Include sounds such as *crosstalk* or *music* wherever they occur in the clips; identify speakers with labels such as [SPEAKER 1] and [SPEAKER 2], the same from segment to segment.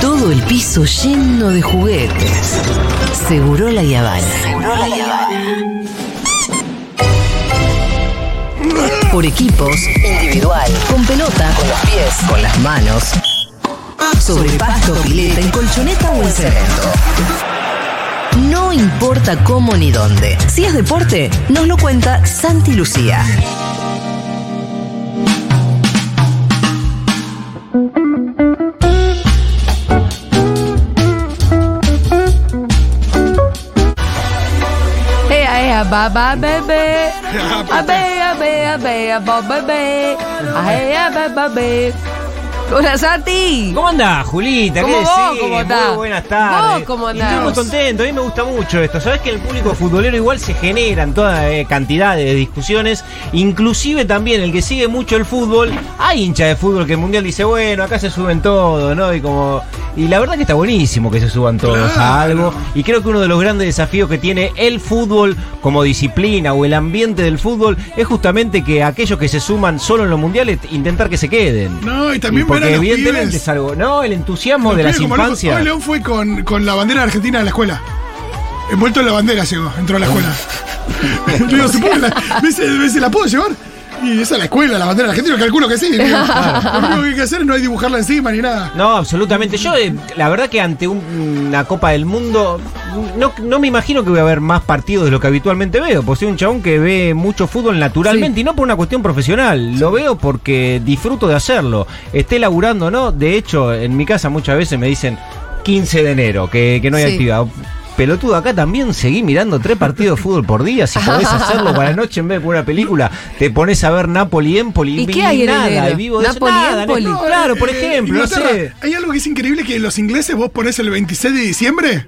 [SPEAKER 1] Todo el piso lleno de juguetes. Seguro la Yavana. Seguro la Yavana. Por equipos, individual, con pelota, con los pies, con las manos, sobre pasto, pileta, en colchoneta o en cemento. No importa cómo ni dónde. Si es deporte, nos lo cuenta Santi Lucía.
[SPEAKER 2] Baba bebé, abe, abe, abe, abo bebé, ae, abe, babe. Hola Santi.
[SPEAKER 3] ¿Cómo andás, Julita?
[SPEAKER 2] ¿Cómo
[SPEAKER 3] ¿Qué
[SPEAKER 2] vos?
[SPEAKER 3] decís?
[SPEAKER 2] ¿Cómo
[SPEAKER 3] Muy
[SPEAKER 2] andás?
[SPEAKER 3] buenas tardes.
[SPEAKER 2] ¿Vos cómo
[SPEAKER 3] Y Estoy
[SPEAKER 2] andás?
[SPEAKER 3] muy contento, a mí me gusta mucho esto. Sabés que en el público futbolero igual se generan toda eh, cantidad de discusiones. Inclusive también el que sigue mucho el fútbol, hay hincha de fútbol que el mundial dice, bueno, acá se suben todo, ¿no? Y como. Y la verdad que está buenísimo que se suban todos a algo. Y creo que uno de los grandes desafíos que tiene el fútbol como disciplina o el ambiente del fútbol es justamente que aquellos que se suman solo en los mundiales intentar que se queden.
[SPEAKER 4] No, y
[SPEAKER 3] Y
[SPEAKER 4] también ver
[SPEAKER 3] porque
[SPEAKER 4] a los
[SPEAKER 3] evidentemente
[SPEAKER 4] pibes.
[SPEAKER 3] es algo, ¿no? El entusiasmo
[SPEAKER 4] Los
[SPEAKER 3] de
[SPEAKER 4] pibes
[SPEAKER 3] las
[SPEAKER 4] como locos.
[SPEAKER 3] infancias.
[SPEAKER 4] Hoy León fue con, con la bandera argentina a la escuela. Envuelto en la bandera llegó, entró a
[SPEAKER 3] *laughs*
[SPEAKER 4] la escuela. *laughs* Le digo, supongo que la, me dice, me dice, ¿la puedo llevar? Y esa es la escuela, la bandera argentina, calculo que sí. digo. Lo único que hay que hacer es no hay dibujarla encima ni nada.
[SPEAKER 3] No, absolutamente. Yo, eh, la verdad que ante un- una Copa del Mundo, no, no me imagino que voy a ver más partidos de lo que habitualmente veo. Porque soy un chabón que ve mucho fútbol naturalmente y no por una cuestión profesional. Lo veo porque disfruto de hacerlo. Esté laburando o no. De hecho, en mi casa muchas veces me dicen 15 de enero, que, que no hay
[SPEAKER 2] Sí.
[SPEAKER 3] actividad. Pelotudo, acá también seguí mirando tres partidos de fútbol
[SPEAKER 2] *laughs*
[SPEAKER 3] por día. Si podés hacerlo para la noche en vez de con una película, te pones a ver Napoli-Empoli.
[SPEAKER 2] ¿Y
[SPEAKER 3] vi
[SPEAKER 2] qué hay en
[SPEAKER 3] nada,
[SPEAKER 2] enero?
[SPEAKER 3] y vivo de eso.
[SPEAKER 2] Napoli,
[SPEAKER 3] Nada,
[SPEAKER 2] Empoli.
[SPEAKER 3] no, Claro, por
[SPEAKER 4] Eh,
[SPEAKER 3] ejemplo, no
[SPEAKER 4] Inglaterra,
[SPEAKER 3] sé.
[SPEAKER 4] Hay algo que es increíble que los ingleses vos ponés el 26 de diciembre,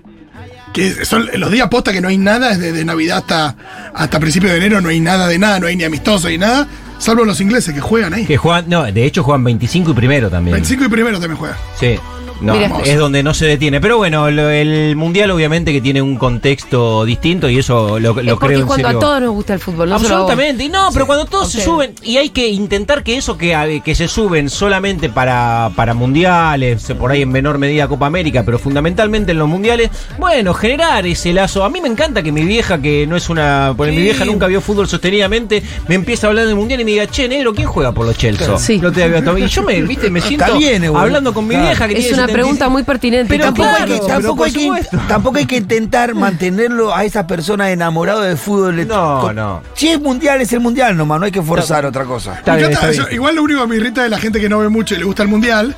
[SPEAKER 4] que son los días posta que no hay nada, desde de Navidad hasta, hasta principio de enero no hay nada de nada, no hay ni amistoso ni nada, salvo los ingleses que juegan ahí.
[SPEAKER 3] Que juegan, no, de hecho juegan 25 y primero también.
[SPEAKER 4] 25 y primero también juegan.
[SPEAKER 3] Sí. No,
[SPEAKER 2] Mirá.
[SPEAKER 3] es donde no se detiene. Pero bueno, lo- el mundial obviamente que tiene un contexto distinto y eso lo, lo
[SPEAKER 2] es porque
[SPEAKER 3] creo en
[SPEAKER 2] cuando
[SPEAKER 3] serio.
[SPEAKER 2] a todos nos gusta el fútbol, no solo a vos.
[SPEAKER 3] Absolutamente. Y no, pero cuando todos
[SPEAKER 2] ok.
[SPEAKER 3] se suben, y hay que intentar que eso que, a- que se suben solamente para, para mundiales, por ahí en menor medida Copa América, pero fundamentalmente en los mundiales, bueno, generar ese lazo. A mí me encanta que mi vieja, que no es una. Porque mi vieja nunca vio fútbol sostenidamente, me empieza a hablar del mundial y me diga, che, negro, ¿quién juega por los Chelsea?
[SPEAKER 2] Sí.
[SPEAKER 3] No te había visto". Y yo me, viste, me siento
[SPEAKER 5] bien, eh, boludo.
[SPEAKER 3] hablando con mi
[SPEAKER 5] Claro.
[SPEAKER 3] vieja que
[SPEAKER 2] Es
[SPEAKER 3] tiene
[SPEAKER 2] una
[SPEAKER 3] 75.
[SPEAKER 2] pregunta muy pertinente.
[SPEAKER 3] Pero
[SPEAKER 5] Tampoco,
[SPEAKER 3] claro,
[SPEAKER 5] hay que,
[SPEAKER 3] pero
[SPEAKER 5] tampoco,
[SPEAKER 3] por
[SPEAKER 5] hay que,
[SPEAKER 3] supuesto.
[SPEAKER 5] tampoco hay que intentar mantenerlo a esas personas enamoradas del fútbol.
[SPEAKER 3] No,
[SPEAKER 5] Con-
[SPEAKER 3] no.
[SPEAKER 5] Si es mundial, es el mundial nomás, no hay que forzar otra cosa.
[SPEAKER 3] Está
[SPEAKER 4] Me
[SPEAKER 3] bien,
[SPEAKER 4] encanta
[SPEAKER 3] está
[SPEAKER 4] eso.
[SPEAKER 3] bien.
[SPEAKER 4] Igual lo único que me irrita de la gente que no ve mucho y le gusta el mundial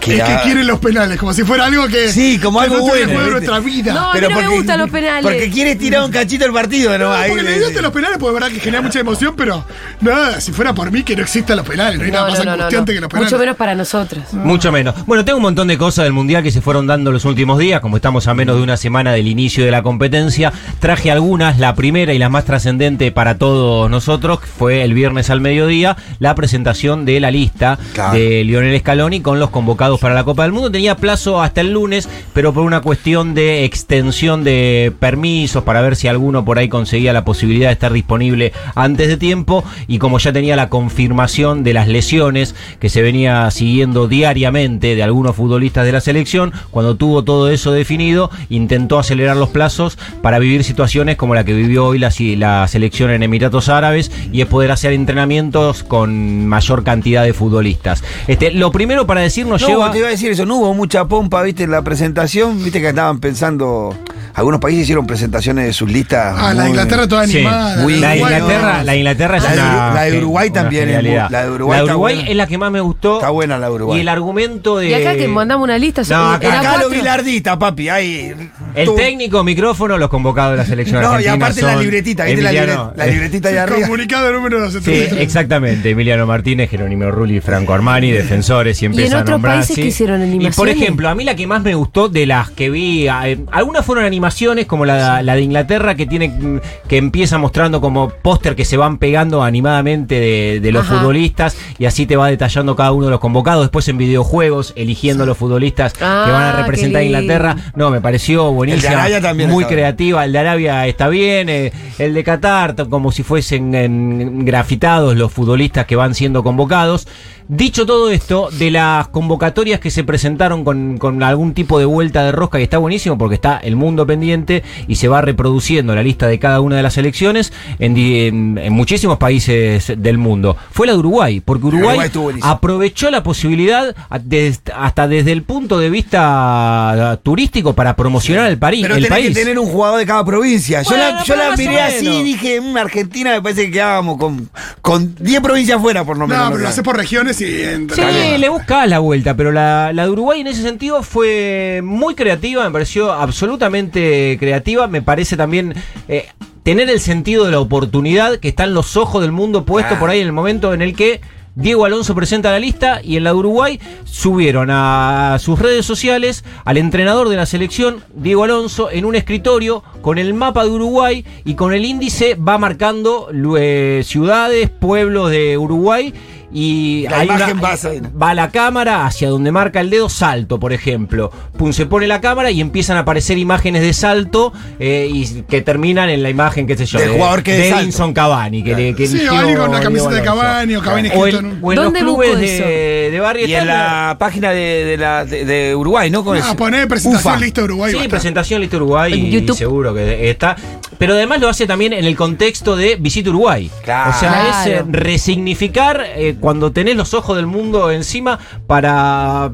[SPEAKER 5] Que
[SPEAKER 4] es
[SPEAKER 5] la-
[SPEAKER 4] que quieren los penales, como si fuera algo que.
[SPEAKER 5] Sí, como
[SPEAKER 4] que
[SPEAKER 5] algo
[SPEAKER 4] no
[SPEAKER 5] bueno,
[SPEAKER 4] tiene que ver
[SPEAKER 5] ¿viste?
[SPEAKER 4] nuestra vida.
[SPEAKER 2] No, a mí no me gustan los penales.
[SPEAKER 5] Porque quiere tirar un cachito al partido
[SPEAKER 4] No,
[SPEAKER 5] nomás.
[SPEAKER 4] porque
[SPEAKER 5] ahí,
[SPEAKER 4] la idea de los penales, porque es verdad que genera mucha emoción, pero nada, si fuera por mí que no existan los penales, no hay nada
[SPEAKER 2] No,
[SPEAKER 4] más
[SPEAKER 2] no, no, no,
[SPEAKER 4] angustiante
[SPEAKER 2] no.
[SPEAKER 4] que los penales.
[SPEAKER 2] Mucho menos para nosotros.
[SPEAKER 3] Mucho menos. Bueno, tengo un montón de cosas del Mundial que se fueron dando los últimos días, como estamos a menos de una semana del inicio de la competencia. Traje algunas, la primera y la más trascendente para todos nosotros fue el viernes al mediodía, la presentación de la lista
[SPEAKER 5] Claro.
[SPEAKER 3] de Lionel Scaloni con los convocados para la Copa del Mundo. Tenía plazo hasta el lunes, pero por una cuestión de extensión de permisos para ver si alguno por ahí conseguía la posibilidad de estar disponible antes de tiempo y como ya tenía la confirmación de las lesiones que se venía siguiendo diariamente de algunos futbolistas de la selección, cuando tuvo todo eso definido, intentó acelerar los plazos para vivir situaciones como la que vivió hoy la, si- la selección en Emiratos Árabes y es poder hacer entrenamientos con mayor cantidad de futbolistas. Este, lo primero para decir nos
[SPEAKER 5] No,
[SPEAKER 3] lleva...
[SPEAKER 5] te iba a decir eso, no hubo mucha pompa, viste, en la presentación, viste que estaban pensando, algunos países hicieron presentaciones de sus listas.
[SPEAKER 4] Ah, la
[SPEAKER 5] muy-
[SPEAKER 4] Inglaterra toda
[SPEAKER 3] Sí.
[SPEAKER 4] animada.
[SPEAKER 5] Muy-
[SPEAKER 3] la,
[SPEAKER 4] de Uruguay,
[SPEAKER 3] Inglaterra,
[SPEAKER 4] no.
[SPEAKER 3] la Inglaterra es
[SPEAKER 5] La de
[SPEAKER 3] una-
[SPEAKER 5] Uru- la de
[SPEAKER 3] una
[SPEAKER 5] Uruguay también es muy-
[SPEAKER 3] genialidad.
[SPEAKER 5] la de Uruguay
[SPEAKER 3] La
[SPEAKER 5] está
[SPEAKER 3] Uruguay
[SPEAKER 5] buena.
[SPEAKER 3] es la que más me gustó.
[SPEAKER 5] Está buena la de Uruguay.
[SPEAKER 3] Y el argumento de.
[SPEAKER 2] Y acá que mandamos una lista,
[SPEAKER 3] No,
[SPEAKER 2] son-
[SPEAKER 3] acá-
[SPEAKER 2] era
[SPEAKER 5] Acá lo
[SPEAKER 2] cuatro.
[SPEAKER 5] vi la ardita, papi, ahí.
[SPEAKER 3] El
[SPEAKER 5] Tú-
[SPEAKER 3] técnico, micrófono, los convocados de la selección
[SPEAKER 5] No, y
[SPEAKER 3] argentina.
[SPEAKER 5] aparte la
[SPEAKER 3] son
[SPEAKER 5] libretita, viste la,
[SPEAKER 3] Emiliano- eh,
[SPEAKER 5] libre- la
[SPEAKER 3] *laughs*
[SPEAKER 5] libretita ahí arriba.
[SPEAKER 4] Comunicado número 270.
[SPEAKER 3] Sí, exactamente. Emiliano Martínez, Jerónimo Rulli, Franco Armani, defensores y empieza
[SPEAKER 2] en
[SPEAKER 3] a
[SPEAKER 2] otros
[SPEAKER 3] nombrar,
[SPEAKER 2] países
[SPEAKER 3] sí.
[SPEAKER 2] que hicieron
[SPEAKER 3] Y por
[SPEAKER 2] animaciones?
[SPEAKER 3] ejemplo, a mí la que más me gustó de las que vi, eh, algunas fueron animaciones como la, la de Inglaterra que tiene mm, que empieza mostrando como póster que se van pegando animadamente de, de los
[SPEAKER 2] Ajá.
[SPEAKER 3] futbolistas y así te va detallando cada uno de los convocados. Después en videojuegos, eligiendo los futbolistas que van a
[SPEAKER 2] Ah,
[SPEAKER 3] representar a
[SPEAKER 2] qué lindo.
[SPEAKER 3] Inglaterra. No, me pareció buenísima.
[SPEAKER 6] Arabia también
[SPEAKER 3] Muy
[SPEAKER 6] está bien.
[SPEAKER 3] creativa. El de Arabia está bien. eh, el de Qatar, t- como si fuesen en- grafitados los futbolistas que van siendo convocados. Dicho todo esto, de las convocatorias que se presentaron con, con algún tipo de vuelta de rosca, que está buenísimo porque está el mundo pendiente y se va reproduciendo la lista de cada una de las elecciones en, di- en- en muchísimos países del mundo. Fue la de Uruguay, porque Uruguay,
[SPEAKER 6] Uruguay estuvo buenísimo.
[SPEAKER 3] a aprovechó la posibilidad a- des- hasta desde el punto de vista turístico para promocionar el, París,
[SPEAKER 6] Pero
[SPEAKER 3] el
[SPEAKER 6] tenés
[SPEAKER 3] país.
[SPEAKER 6] que tener un jugador de cada provincia. Yo
[SPEAKER 2] Bueno,
[SPEAKER 6] la, yo
[SPEAKER 2] pero
[SPEAKER 6] la
[SPEAKER 2] más o
[SPEAKER 6] miré así
[SPEAKER 3] menos.
[SPEAKER 6] y dije, "Mm, Argentina me parece que quedábamos con con 10 provincias fuera por lo menos.
[SPEAKER 4] No, pero lo haces por regiones y Ah, entra.
[SPEAKER 3] Sí, le buscás la vuelta, pero la, la de Uruguay en ese sentido fue muy creativa, me pareció absolutamente creativa, me parece también... eh, Tener el sentido de la oportunidad que están los ojos del mundo puesto
[SPEAKER 6] Ah.
[SPEAKER 3] por ahí en el momento en el que Diego Alonso presenta la lista y en la de Uruguay subieron a sus redes sociales al entrenador de la selección, Diego Alonso, en un escritorio con el mapa de Uruguay y con el índice va marcando eh, ciudades, pueblos de Uruguay y
[SPEAKER 6] La
[SPEAKER 3] hay una- eh,
[SPEAKER 6] imagen pasa ahí, ¿no?
[SPEAKER 3] va la cámara hacia donde marca el dedo salto, por ejemplo. Pum, se pone la cámara y empiezan a aparecer imágenes de salto eh, y que terminan en la imagen, qué sé yo,
[SPEAKER 6] Del jugador que
[SPEAKER 3] de
[SPEAKER 6] salta.
[SPEAKER 3] Edinson Cavani. Que, le- que
[SPEAKER 4] Sí, o
[SPEAKER 3] eligió
[SPEAKER 4] alguien con una
[SPEAKER 3] Diego
[SPEAKER 4] camiseta de
[SPEAKER 3] Alonso.
[SPEAKER 4] Cavani o Cavani
[SPEAKER 3] O
[SPEAKER 4] escrito
[SPEAKER 3] en,
[SPEAKER 4] en un-
[SPEAKER 3] o en los
[SPEAKER 2] ¿Dónde busco
[SPEAKER 3] clubes
[SPEAKER 2] eso?
[SPEAKER 3] de, de barrio.
[SPEAKER 6] Y en
[SPEAKER 3] están-
[SPEAKER 6] la página de, de la, de, de Uruguay, ¿no? Con
[SPEAKER 4] Ah,
[SPEAKER 6] ese-
[SPEAKER 4] poné presentación
[SPEAKER 6] pues. Ufa.
[SPEAKER 4] lista Uruguay.
[SPEAKER 3] Sí,
[SPEAKER 4] basta.
[SPEAKER 3] presentación Lista Uruguay
[SPEAKER 2] En
[SPEAKER 3] y
[SPEAKER 2] YouTube.
[SPEAKER 3] seguro que está. Pero además lo hace también en el contexto de Visita Uruguay.
[SPEAKER 6] Claro.
[SPEAKER 3] O sea, es eh,
[SPEAKER 2] Claro.
[SPEAKER 3] resignificar eh, cuando tenés los ojos del mundo encima para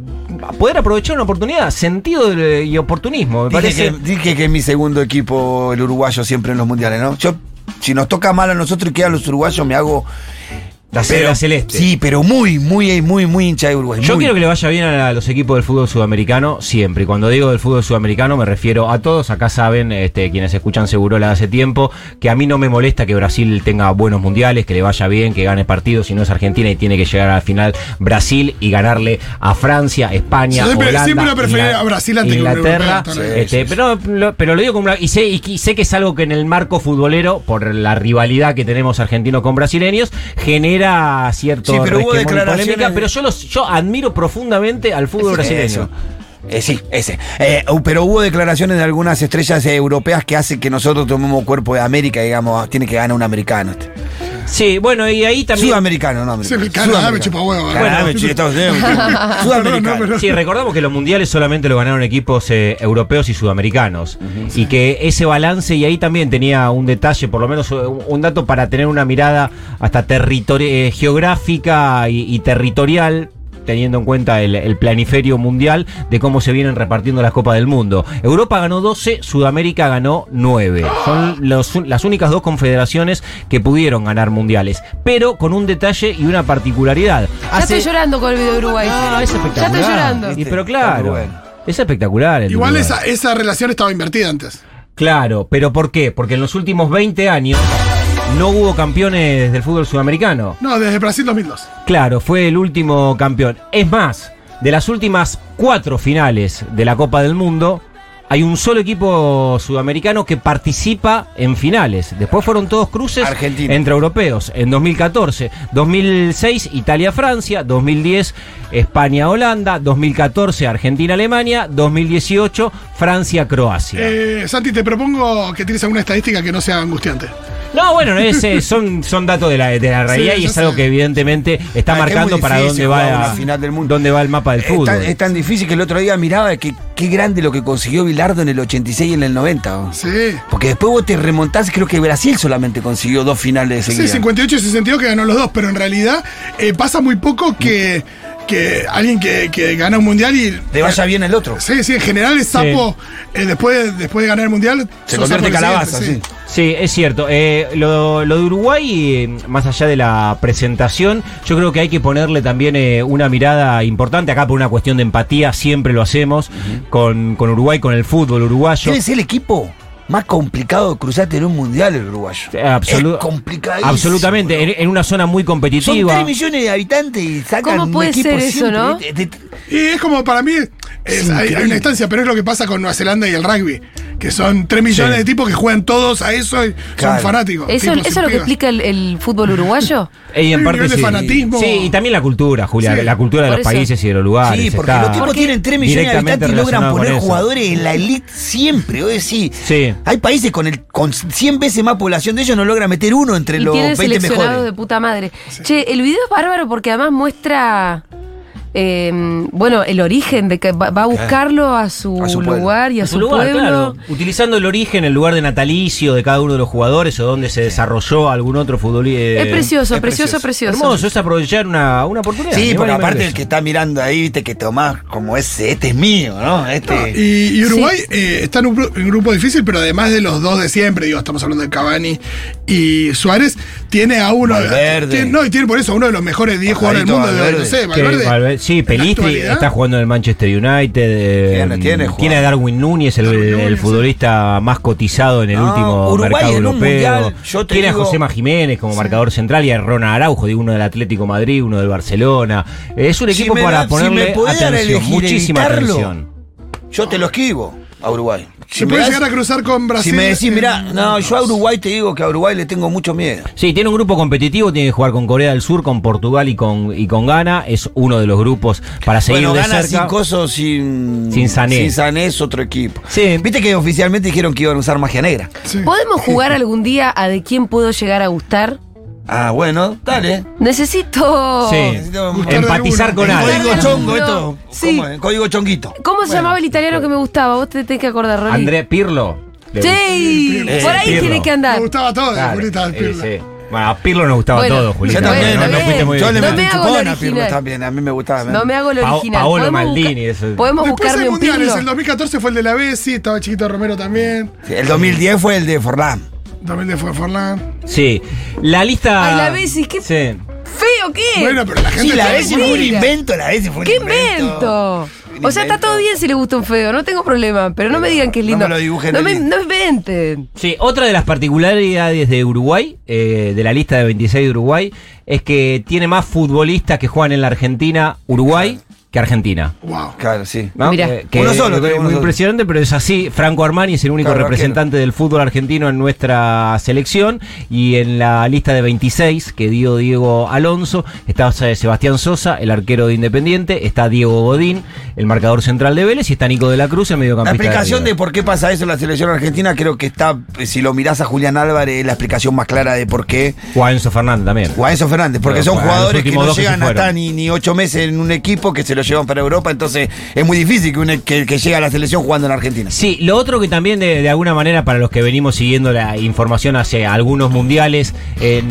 [SPEAKER 3] poder aprovechar una oportunidad, sentido de- y oportunismo, me
[SPEAKER 6] Dije que,
[SPEAKER 3] parece.
[SPEAKER 6] dije que es mi segundo equipo, el uruguayo, siempre en los mundiales, ¿no? Yo, si nos toca mal a nosotros y quedan los uruguayos, me hago.
[SPEAKER 3] La
[SPEAKER 6] pero-
[SPEAKER 3] celda celeste.
[SPEAKER 6] Sí, pero muy, muy, muy, muy hincha de Uruguay.
[SPEAKER 3] Yo
[SPEAKER 6] muy.
[SPEAKER 3] quiero que le vaya bien a los equipos del fútbol sudamericano siempre. Y Cuando digo del fútbol sudamericano me refiero a todos. Acá saben, este, quienes escuchan seguro la de hace tiempo, que a mí no me molesta que Brasil tenga buenos mundiales, que le vaya bien, que gane partidos. Si no es Argentina y tiene que llegar a la final Brasil y ganarle a Francia, España,
[SPEAKER 4] Siempre-
[SPEAKER 3] Holanda,
[SPEAKER 4] siempre lo preferí
[SPEAKER 3] Ingla-
[SPEAKER 4] a Brasil antes que a un
[SPEAKER 3] Inglaterra.
[SPEAKER 4] europeo, tal
[SPEAKER 6] vez.
[SPEAKER 3] Este,
[SPEAKER 6] Sí, sí,
[SPEAKER 3] pero, lo, pero lo digo como una- y sé, y sé que es algo que en el marco futbolero, por la rivalidad que tenemos argentinos con brasileños, genera cierto
[SPEAKER 6] Sí, pero hubo
[SPEAKER 3] resquemor y
[SPEAKER 6] declaraciones
[SPEAKER 3] polémica,
[SPEAKER 6] de-
[SPEAKER 3] pero yo los, yo admiro profundamente al fútbol brasileño.
[SPEAKER 6] Eso. Eh, sí, ese. Eh, uh, pero hubo declaraciones de algunas estrellas eh, europeas que hacen que nosotros tomemos cuerpo de América, digamos, ah, tiene que ganar un americano. este.
[SPEAKER 3] Sí, bueno, y ahí también.
[SPEAKER 6] Sudamericano, no americano.
[SPEAKER 4] Sí, Canadá
[SPEAKER 6] Sudamericano.
[SPEAKER 4] me chupa huevo, ¿eh?
[SPEAKER 6] Canadá
[SPEAKER 4] bueno.
[SPEAKER 6] me chupa-
[SPEAKER 4] *laughs*
[SPEAKER 6] Estados Unidos me chupa- Sudamericano.
[SPEAKER 4] Perdón,
[SPEAKER 3] *laughs*
[SPEAKER 4] no,
[SPEAKER 3] Sí, recordamos que los mundiales solamente lo ganaron equipos eh, europeos y sudamericanos. Y que ese balance, y ahí también tenía un detalle, por lo menos eh, un un dato para tener una mirada hasta territori- eh, geográfica y, y territorial teniendo en cuenta el, el planiferio mundial de cómo se vienen repartiendo las Copas del Mundo. Europa ganó 12, Sudamérica ganó 9. Son los un- las únicas dos confederaciones que pudieron ganar mundiales, pero con un detalle y una particularidad.
[SPEAKER 2] Ya estoy llorando con el video de Uruguay.
[SPEAKER 3] Ah, es
[SPEAKER 2] ya
[SPEAKER 3] espectacular.
[SPEAKER 2] estoy llorando.
[SPEAKER 3] Y, pero
[SPEAKER 6] Está muy
[SPEAKER 3] claro.
[SPEAKER 6] bueno.
[SPEAKER 3] Es espectacular. el
[SPEAKER 4] Igual
[SPEAKER 3] lugar.
[SPEAKER 4] esa, esa relación estaba invertida antes.
[SPEAKER 3] Claro, pero ¿por qué? Porque en los últimos 20 años no hubo campeones del fútbol sudamericano.
[SPEAKER 4] No, desde Brasil 2002.
[SPEAKER 3] Claro, fue el último campeón. Es más, de las últimas cuatro finales de la Copa del Mundo, hay un solo equipo sudamericano que participa en finales. Después fueron todos cruces
[SPEAKER 6] Argentina.
[SPEAKER 3] entre europeos. En 2014, 2006 Italia-Francia, 2010 España-Holanda, 2014 Argentina-Alemania, 2018 Francia-Croacia.
[SPEAKER 4] Eh, Santi, te propongo que tires alguna estadística que no sea angustiante.
[SPEAKER 3] No, bueno, es, eh, *laughs* son, son datos de la, de la realidad
[SPEAKER 4] Sí,
[SPEAKER 3] y
[SPEAKER 4] yo
[SPEAKER 3] es algo
[SPEAKER 4] sé.
[SPEAKER 3] que evidentemente está
[SPEAKER 6] Ah, que es
[SPEAKER 3] marcando
[SPEAKER 6] muy
[SPEAKER 3] para dónde
[SPEAKER 6] difícil jugar
[SPEAKER 3] va,
[SPEAKER 6] una final del mundo.
[SPEAKER 3] dónde va el mapa del
[SPEAKER 6] Es tan-
[SPEAKER 3] fútbol.
[SPEAKER 6] Es, tan difícil que el otro día miraba que qué grande lo que consiguió Bilardo en el 86 y en el 90. ¿no?
[SPEAKER 4] Sí.
[SPEAKER 6] Porque después vos te remontás, creo que Brasil solamente consiguió dos finales
[SPEAKER 4] Sí,
[SPEAKER 6] seguidas.
[SPEAKER 4] 58 y 62 que ganó los dos, pero en realidad eh, pasa muy poco que, que alguien que, que gana un mundial y.
[SPEAKER 6] Le vaya bien el otro.
[SPEAKER 4] Sí, sí, en general es sapo. eh, después, de- después de ganar el mundial.
[SPEAKER 6] Se
[SPEAKER 4] sos
[SPEAKER 6] convierte
[SPEAKER 4] sapo del
[SPEAKER 6] en calabaza, sí.
[SPEAKER 4] siguiente,
[SPEAKER 3] Sí, es cierto. Eh, lo, lo de Uruguay, eh, más allá de la presentación, yo creo que hay que ponerle también eh, una mirada importante. Acá por una cuestión de empatía, siempre lo hacemos con, con Uruguay, con el fútbol uruguayo.
[SPEAKER 6] ¿Quién es el equipo más complicado de cruzarte en un mundial el uruguayo?
[SPEAKER 3] Eh, absolu-
[SPEAKER 6] es complicadísimo.
[SPEAKER 3] absolutamente, en, en una zona muy
[SPEAKER 6] Son
[SPEAKER 3] competitiva.
[SPEAKER 6] 3 millones de habitantes y sacan
[SPEAKER 2] ¿Cómo puede
[SPEAKER 6] un equipo
[SPEAKER 2] ser eso,
[SPEAKER 6] siempre,
[SPEAKER 2] no?
[SPEAKER 6] ¿viste? Te- te-
[SPEAKER 4] Y es como para mí, Es- hay, hay una instancia, pero es lo que pasa con Nueva Zelanda y el rugby, que son 3 millones
[SPEAKER 5] Sí.
[SPEAKER 4] de tipos que juegan todos a eso y
[SPEAKER 5] Claro.
[SPEAKER 4] son fanáticos.
[SPEAKER 2] ¿Eso,
[SPEAKER 4] tipos
[SPEAKER 2] eso es
[SPEAKER 4] y
[SPEAKER 2] lo que
[SPEAKER 4] pibas.
[SPEAKER 2] explica el, el fútbol
[SPEAKER 3] *laughs*
[SPEAKER 2] uruguayo?
[SPEAKER 3] Y en
[SPEAKER 4] un
[SPEAKER 3] parte
[SPEAKER 4] nivel de
[SPEAKER 3] sí.
[SPEAKER 4] fanatismo.
[SPEAKER 3] Sí, y también la cultura, Julia,
[SPEAKER 4] Sí.
[SPEAKER 3] la cultura de
[SPEAKER 2] Por
[SPEAKER 3] los
[SPEAKER 2] eso.
[SPEAKER 3] países y de los lugares.
[SPEAKER 6] Sí, porque
[SPEAKER 3] está
[SPEAKER 6] los tipos tienen 3 millones de
[SPEAKER 3] directamente
[SPEAKER 6] habitantes y logran
[SPEAKER 3] relacionado con
[SPEAKER 6] poner
[SPEAKER 3] eso.
[SPEAKER 6] jugadores en la elite siempre. Oye, sí.
[SPEAKER 3] Sí.
[SPEAKER 6] Hay países con el con 100 veces más población de ellos no logran meter uno entre
[SPEAKER 2] Y
[SPEAKER 6] los
[SPEAKER 2] tiene
[SPEAKER 6] 20
[SPEAKER 2] seleccionados
[SPEAKER 6] mejores.
[SPEAKER 2] de puta madre. Che, el video es bárbaro porque además muestra. eh, bueno, el origen de que va va a buscarlo a su,
[SPEAKER 5] A su pueblo.
[SPEAKER 2] lugar y a,
[SPEAKER 3] En su lugar,
[SPEAKER 2] pueblo.
[SPEAKER 3] claro. Utilizando el origen, el lugar de natalicio de cada uno de los jugadores o donde se desarrolló algún otro futbolista.
[SPEAKER 2] Es precioso,
[SPEAKER 5] Eh, es
[SPEAKER 2] precioso, precioso.
[SPEAKER 3] Hermoso, es aprovechar una, una oportunidad.
[SPEAKER 6] Sí,
[SPEAKER 3] Ni
[SPEAKER 6] porque
[SPEAKER 3] más ni
[SPEAKER 6] aparte
[SPEAKER 3] menos
[SPEAKER 6] el
[SPEAKER 3] que
[SPEAKER 6] que
[SPEAKER 3] eso.
[SPEAKER 6] está mirando ahí, viste que tomás como ese, este es mío, ¿no? Este.
[SPEAKER 4] Y, y Uruguay eh, está en un, gru- en un grupo difícil, pero además de los dos de siempre, digo, estamos hablando de Cavani y Suárez, tiene a uno.
[SPEAKER 6] Valverde.
[SPEAKER 4] tiene- no, y tiene por eso a uno de los mejores 10 jugadores del mundo.
[SPEAKER 6] Pajarito
[SPEAKER 4] de- no sé,
[SPEAKER 3] Que
[SPEAKER 4] Valverde.
[SPEAKER 3] Valverde- sí,
[SPEAKER 4] en la
[SPEAKER 3] Pelistri
[SPEAKER 4] actualidad.
[SPEAKER 3] está jugando en el Manchester United. eh,
[SPEAKER 5] Tiene- tiene
[SPEAKER 3] tiene a
[SPEAKER 5] jugadores.
[SPEAKER 3] Darwin Núñez, el,
[SPEAKER 4] Darwin
[SPEAKER 3] el
[SPEAKER 4] Núñez, sí.
[SPEAKER 3] futbolista más cotizado en el
[SPEAKER 6] No,
[SPEAKER 3] último
[SPEAKER 6] Uruguay
[SPEAKER 3] mercado
[SPEAKER 6] en un
[SPEAKER 3] europeo.
[SPEAKER 6] mundial, yo te
[SPEAKER 3] tiene
[SPEAKER 6] digo-
[SPEAKER 3] a Josema Jiménez como marcador central y a Ronald Araujo, digo, uno del Atlético Madrid, uno del Barcelona. Es un
[SPEAKER 6] Si
[SPEAKER 3] este equipo
[SPEAKER 6] me da-
[SPEAKER 3] para
[SPEAKER 6] si
[SPEAKER 3] ponerle
[SPEAKER 6] me pudieran
[SPEAKER 3] atención,
[SPEAKER 6] elegir
[SPEAKER 3] muchísima
[SPEAKER 6] evitarlo,
[SPEAKER 3] atención.
[SPEAKER 6] Yo te lo esquivo a Uruguay.
[SPEAKER 4] Se
[SPEAKER 6] me
[SPEAKER 4] puede
[SPEAKER 6] das-
[SPEAKER 4] llegar a cruzar con Brasil.
[SPEAKER 6] Si me decís,
[SPEAKER 4] en-
[SPEAKER 6] mirá, no, yo a Uruguay te digo que a Uruguay le tengo mucho miedo.
[SPEAKER 3] Sí, tiene un grupo competitivo, tiene que jugar con Corea del Sur, con Portugal y con, y con Ghana. Es uno de los grupos para seguir
[SPEAKER 6] bueno,
[SPEAKER 3] de
[SPEAKER 6] gana
[SPEAKER 3] cerca.
[SPEAKER 6] sin coso, sin.
[SPEAKER 3] Sin Sané.
[SPEAKER 6] Sin Sané es otro equipo.
[SPEAKER 3] Sí.
[SPEAKER 6] Viste que oficialmente dijeron que iban a usar magia negra.
[SPEAKER 4] Sí.
[SPEAKER 2] ¿Podemos jugar algún día a de quién puedo llegar a gustar?
[SPEAKER 6] Ah, bueno, dale.
[SPEAKER 2] Necesito.
[SPEAKER 4] Oh.
[SPEAKER 3] Sí.
[SPEAKER 6] Necesito-
[SPEAKER 3] Empatizar con
[SPEAKER 4] El
[SPEAKER 6] El
[SPEAKER 3] alguien.
[SPEAKER 6] código
[SPEAKER 2] Claro,
[SPEAKER 6] chongo,
[SPEAKER 2] no.
[SPEAKER 6] esto.
[SPEAKER 2] Sí.
[SPEAKER 6] ¿Cómo es? Código chonguito.
[SPEAKER 2] ¿Cómo se llamaba el italiano que me gustaba? Vos te tenés que acordar, Rolly.
[SPEAKER 3] André Pirlo. Le
[SPEAKER 2] Sí,
[SPEAKER 3] Eh,
[SPEAKER 2] por ahí
[SPEAKER 3] Pirlo.
[SPEAKER 2] tiene que andar.
[SPEAKER 4] Me gustaba todo,
[SPEAKER 3] Claro,
[SPEAKER 4] Julita,
[SPEAKER 3] eh,
[SPEAKER 4] Pirlo.
[SPEAKER 3] sí. Bueno, a Pirlo nos gustaba
[SPEAKER 2] Bueno,
[SPEAKER 3] todo, Julita.
[SPEAKER 6] Yo también,
[SPEAKER 3] no, no
[SPEAKER 6] también.
[SPEAKER 3] fuiste muy
[SPEAKER 6] Yo le
[SPEAKER 3] bien.
[SPEAKER 2] No
[SPEAKER 6] metí
[SPEAKER 2] me
[SPEAKER 6] un
[SPEAKER 2] hago
[SPEAKER 6] chupón
[SPEAKER 2] la
[SPEAKER 6] a Pirlo
[SPEAKER 2] original.
[SPEAKER 6] también, a mí me gustaba.
[SPEAKER 2] No me hago lo
[SPEAKER 3] Pa-
[SPEAKER 2] original.
[SPEAKER 3] Paolo
[SPEAKER 2] ¿Podemos
[SPEAKER 3] Maldini,
[SPEAKER 2] buscar-
[SPEAKER 3] eso.
[SPEAKER 2] Podemos
[SPEAKER 4] Después
[SPEAKER 2] buscarme
[SPEAKER 4] hay
[SPEAKER 2] un
[SPEAKER 4] mundiales.
[SPEAKER 2] Pirlo.
[SPEAKER 4] El 2014 fue el de la Bessi, estaba Chiquito Romero también.
[SPEAKER 6] Sí, El 2010 fue el de Forlán.
[SPEAKER 4] También le fue Forlán.
[SPEAKER 3] Sí. La lista.
[SPEAKER 2] Ay, la Bessi, qué-
[SPEAKER 3] Sí.
[SPEAKER 2] ¿Feo qué?
[SPEAKER 4] Bueno, pero la gente.
[SPEAKER 6] Sí, la
[SPEAKER 4] está-
[SPEAKER 6] vez
[SPEAKER 2] Bessi
[SPEAKER 6] fue un
[SPEAKER 2] mentira.
[SPEAKER 6] invento, la vez fue un
[SPEAKER 2] ¿Qué
[SPEAKER 6] invento.
[SPEAKER 2] invento?
[SPEAKER 6] Un
[SPEAKER 2] O sea, está
[SPEAKER 6] invento.
[SPEAKER 2] todo bien si le gusta un feo, no tengo problema, pero no me digan que es
[SPEAKER 6] No
[SPEAKER 2] lindo.
[SPEAKER 6] me lo dibujen
[SPEAKER 2] No me,
[SPEAKER 6] ahí.
[SPEAKER 2] no me inventen.
[SPEAKER 3] Sí, otra de las particularidades de Uruguay, eh, de la lista de 26 de Uruguay, es que tiene más futbolistas que juegan en la Argentina, Uruguay, que Argentina.
[SPEAKER 4] Wow.
[SPEAKER 6] Claro, sí.
[SPEAKER 3] ¿no?
[SPEAKER 2] Mirá.
[SPEAKER 3] Eh, que
[SPEAKER 6] Uno solo,
[SPEAKER 3] es
[SPEAKER 6] creo, uno
[SPEAKER 3] muy
[SPEAKER 6] solo.
[SPEAKER 3] impresionante, pero es así. Franco Armani es el único
[SPEAKER 6] Claro,
[SPEAKER 3] representante del fútbol argentino en nuestra selección. Y en la lista de 26 que dio Diego Alonso, está eh, Sebastián Sosa, el arquero de Independiente, está Diego Godín, el marcador central de Vélez, y está Nico de la Cruz, el
[SPEAKER 6] La
[SPEAKER 3] mediocampista.
[SPEAKER 6] explicación de
[SPEAKER 3] River.
[SPEAKER 6] por qué pasa eso en la selección argentina creo que está, eh, si lo mirás a Julián Álvarez, es la explicación más clara de por qué.
[SPEAKER 3] O a Enzo Fernández también.
[SPEAKER 6] O a Enzo Fernández, porque
[SPEAKER 3] Pero
[SPEAKER 6] son
[SPEAKER 3] para los
[SPEAKER 6] jugadores que
[SPEAKER 3] últimos
[SPEAKER 6] no
[SPEAKER 3] dos que
[SPEAKER 6] llegan
[SPEAKER 3] se fueron.
[SPEAKER 6] hasta ni, ni ocho meses en un equipo que se lo llevan para Europa, entonces es muy difícil que, un, e, que, que llegue a la selección jugando en Argentina.
[SPEAKER 3] Sí, lo otro que también de, de alguna manera para los que venimos siguiendo la información hace algunos mundiales, eh,